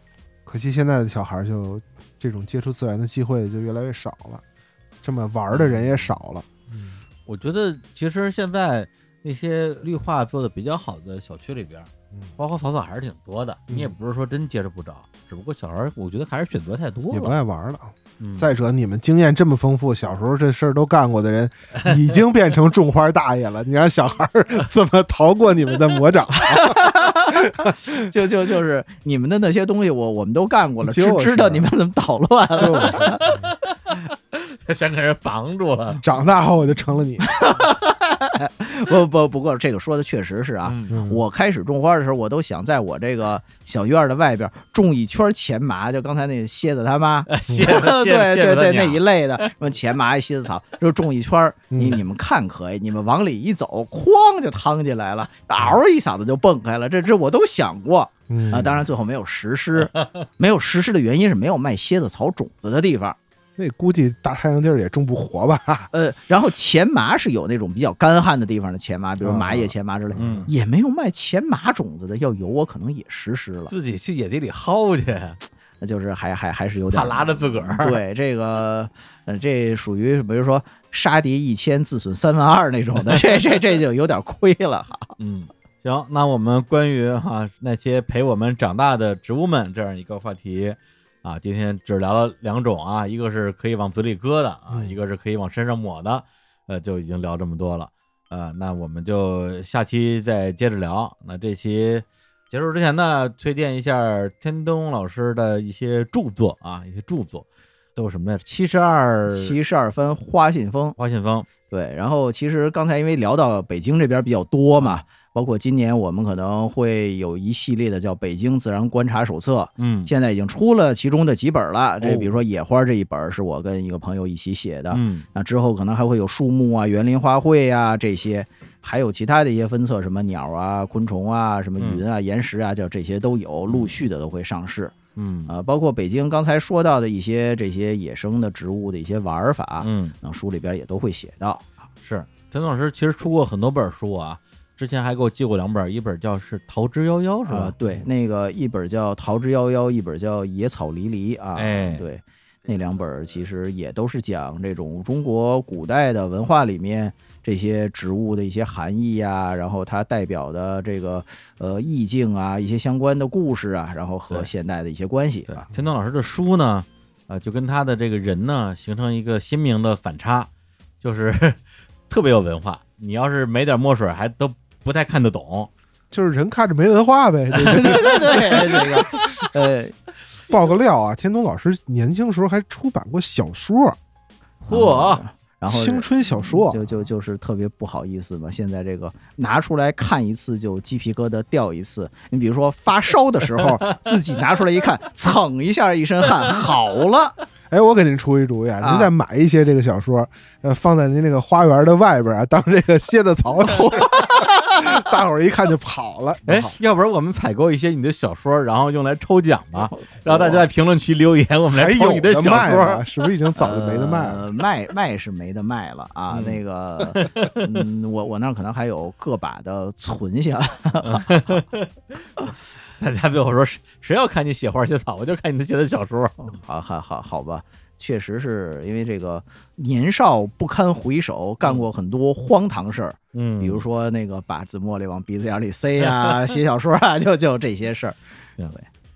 可惜现在的小孩儿就这种接触自然的机会就越来越少了，这么玩儿的人也少了，我觉得其实现在那些绿化做的比较好的小区里边儿，嗯花花草草还是挺多的。你也嗯不是说真接触不着，只不过小孩儿我觉得还是选择太多也不了。爱玩儿了。嗯再者，你们经验这么丰富，小时候这事儿都干过的 (laughs) 人，已经变成种花大爷了。你让小孩儿 (laughs) 怎么逃过你们的魔 (laughs) 掌？嗯就就就是你们的那些东西我，我们都干过了，就知是啊知道你们怎么捣乱了。 (laughs) (laughs) 就先给人防住了长大后我就成了你。不不不过这个说的确实是啊，嗯嗯我开始种花的时候，我都想在我这个小院儿的外边种一圈钱麻，就刚才那蝎子他妈，谢 (laughs) 对对对，那一类的什么钱麻、蝎子草，就种一圈儿。嗯你你们看可以，你们往里一走，哐就趟进来了，嗷一嗓子就蹦开了。这这我都想过嗯啊，当然最后没有实施，没有实施的原因是没有卖蝎子草种子的地方。那估计大太阳地儿也种不活吧？ (laughs) 呃，然后钱麻是有那种比较干旱的地方的钱麻，比如麻叶钱麻之类，嗯，也没有卖钱麻种子的。要有我可能也实施了，自己去野地里薅去，那就是还还还是有点怕拉着自个儿。对，这个呃，这属于比如说杀敌一千，自损三万二那种的，这这这就有点亏 (laughs) 了哈。嗯，行，那我们关于哈、那些陪我们长大的植物们这样一个话题啊，今天只聊了两种啊，一个是可以往嘴里搁的啊，嗯一个是可以往身上抹的，呃，就已经聊这么多了。呃，那我们就下期再接着聊。那这期结束之前呢，推荐一下天东老师的一些著作啊，一些著作都有什么呢？七十二七十二分花信封，花信封，对，然后其实刚才因为聊到北京这边比较多嘛，包括今年我们可能会有一系列的叫《北京自然观察手册》，嗯现在已经出了其中的几本了。这哦比如说野花这一本是我跟一个朋友一起写的，嗯那之后可能还会有树木啊、园林花卉啊这些，还有其他的一些分册，什么鸟啊、昆虫啊、什么云啊、岩石啊，就这些都有，陆续的都会上市。嗯呃，包括北京刚才说到的一些这些野生的植物的一些玩法，嗯。那书里边也都会写到。是陈老师其实出过很多本书啊，之前还给我寄过两本，一本叫是《桃之夭夭》是啊，吧？对，那个一本叫《桃之夭夭》，一本叫《野草离离》啊，哎对，那两本儿其实也都是讲这种中国古代的文化里面这些植物的一些含义呀、然后它代表的这个呃意境啊，一些相关的故事啊，然后和对现代的一些关系对 (laughs) 啊，，陈东老师的书呢，呃，就跟他的这个人呢形成一个鲜 (laughs) 明的反差，就是特别有文化。你要是没点墨水，还都不太看得懂，就是人看着没文化呗。这对对对，这个，呃，爆个料啊，天童老师年轻时候还出版过小说，嚯啊嗯，然后青春小说。就就就是特别不好意思嘛。现在这个拿出来看一次就鸡皮疙瘩掉一次。你比如说发烧的时候，自己拿出来一看， (laughs) 蹭一下一身汗，好了，哎，我给您出一主意啊，啊您再买一些这个小说，呃，放在您那个花园的外边啊，当这个蝎子草使，大伙儿一看就跑了。哎跑，要不然我们采购一些你的小说，然后用来抽奖吧，让大家在评论区留言，我们还来抽有你哦的的小卖说。吗？是不是已经早就没得卖了？呃卖卖是没得卖了啊。嗯那个，嗯，我我那儿可能还有个把的存下， (laughs) 大家最后说，谁谁要看你写花写草，我就看你的写的小说。好好好好吧，确实是因为这个年少不堪回首，干过很多荒唐事儿，嗯比如说那个把紫茉莉往鼻子眼里塞呀、写小说啊，就就这些事儿。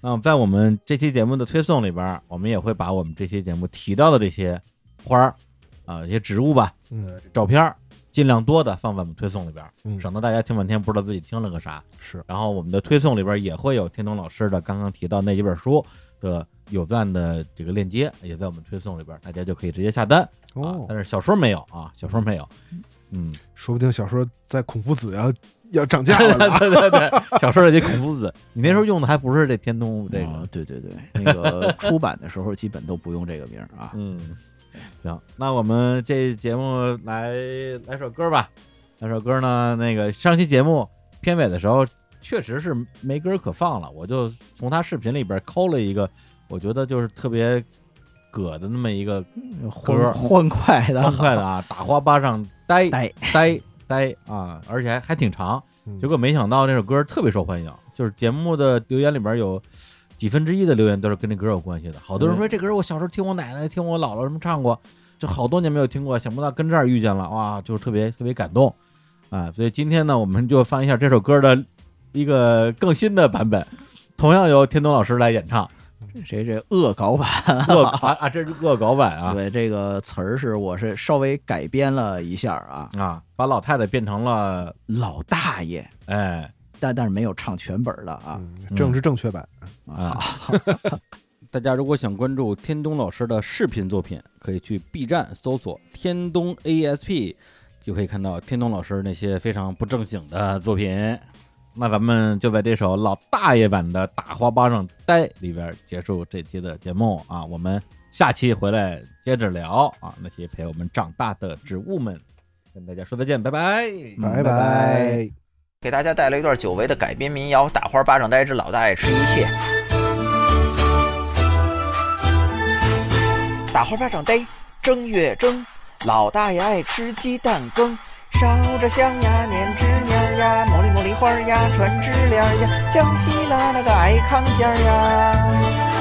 那么在我们这期节目的推送里边儿，我们也会把我们这期节目提到的这些花儿啊、一些植物吧、嗯，照片儿，尽量多的放在我们推送里边儿，嗯省得大家听半天不知道自己听了个啥。是然后我们的推送里边儿也会有天童老师的刚刚提到那几本书的有赞的这个链接，也在我们推送里边儿，大家就可以直接下单啊。哦但，是小说没有啊，小说没有。 (laughs) 嗯，说不定小说在孔夫子要要涨价了啊。对对对，小说里这孔夫哦子，你那时候用的还不是这天童这个哦，对对对，那个出版的时候基本都不用这个名儿啊。嗯，行，那我们这节目来来首歌吧。来首歌呢，那个上期节目片尾的时候确实是没歌可放了，我就从他视频里边抠了一个，我觉得就是特别葛的那么一个歌欢欢快的，哎欢快 (laughs) 的啊，打花巴上呆呆呆呆啊，而且还还挺长。嗯结果没想到那首歌特别受欢迎，就是节目的留言里边有几分之一的留言都是跟这歌有关系的。好多人说这歌我小时候听我奶奶、听我姥姥什么唱过，就好多年没有听过，想不到跟这儿遇见了，哇，就是特别特别感动啊！所以今天呢，我们就放一下这首歌的一个更新的版本，同样由天东老师来演唱。谁这恶搞版恶啊啊，这是恶搞版啊！对这个词儿是我是稍微改编了一下儿啊，啊，把老太太变成了老大爷，哎，但但是没有唱全本儿的啊。嗯政治正确版，啊好 (laughs) 大家如果想关注天东老师的视频作品，可以去 B 站搜索“天东 ASP”，就可以看到天东老师那些非常不正经的作品。那咱们就在这首老大爷版的《打花巴掌呆》里边结束这期的节目啊，我们下期回来接着聊啊，那些陪我们长大的植物们，跟大家说再见，拜拜。嗯拜拜拜给大家带来一段久违的改编民谣《打花巴掌呆之老大爷吃一切》。打花巴掌呆，蒸月蒸，老大爷爱吃鸡蛋羹，烧着香呀，捻枝捻呀，茉莉茉莉花呀，传枝莲呀，江西啦那个爱康家呀。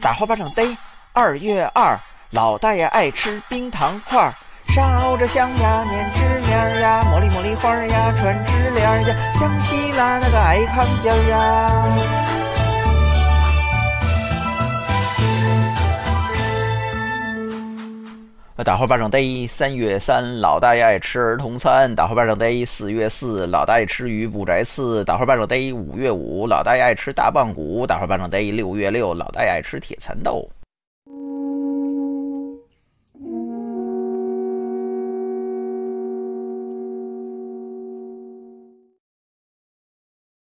打花巴掌呆，二月二，老大爷爱吃冰糖块儿，烧着香呀，捻枝帘呀，茉莉茉莉花呀，传枝帘呀，江西啦那个爱康家呀。呃打花巴掌呆，三月三，老大爷爱吃儿童餐；打花巴掌呆，四月四，老大爷吃鱼不摘刺；打花巴掌呆，五月五，老大爷爱吃大棒骨；打花巴掌呆，六月六，老大爷爱吃铁蚕豆。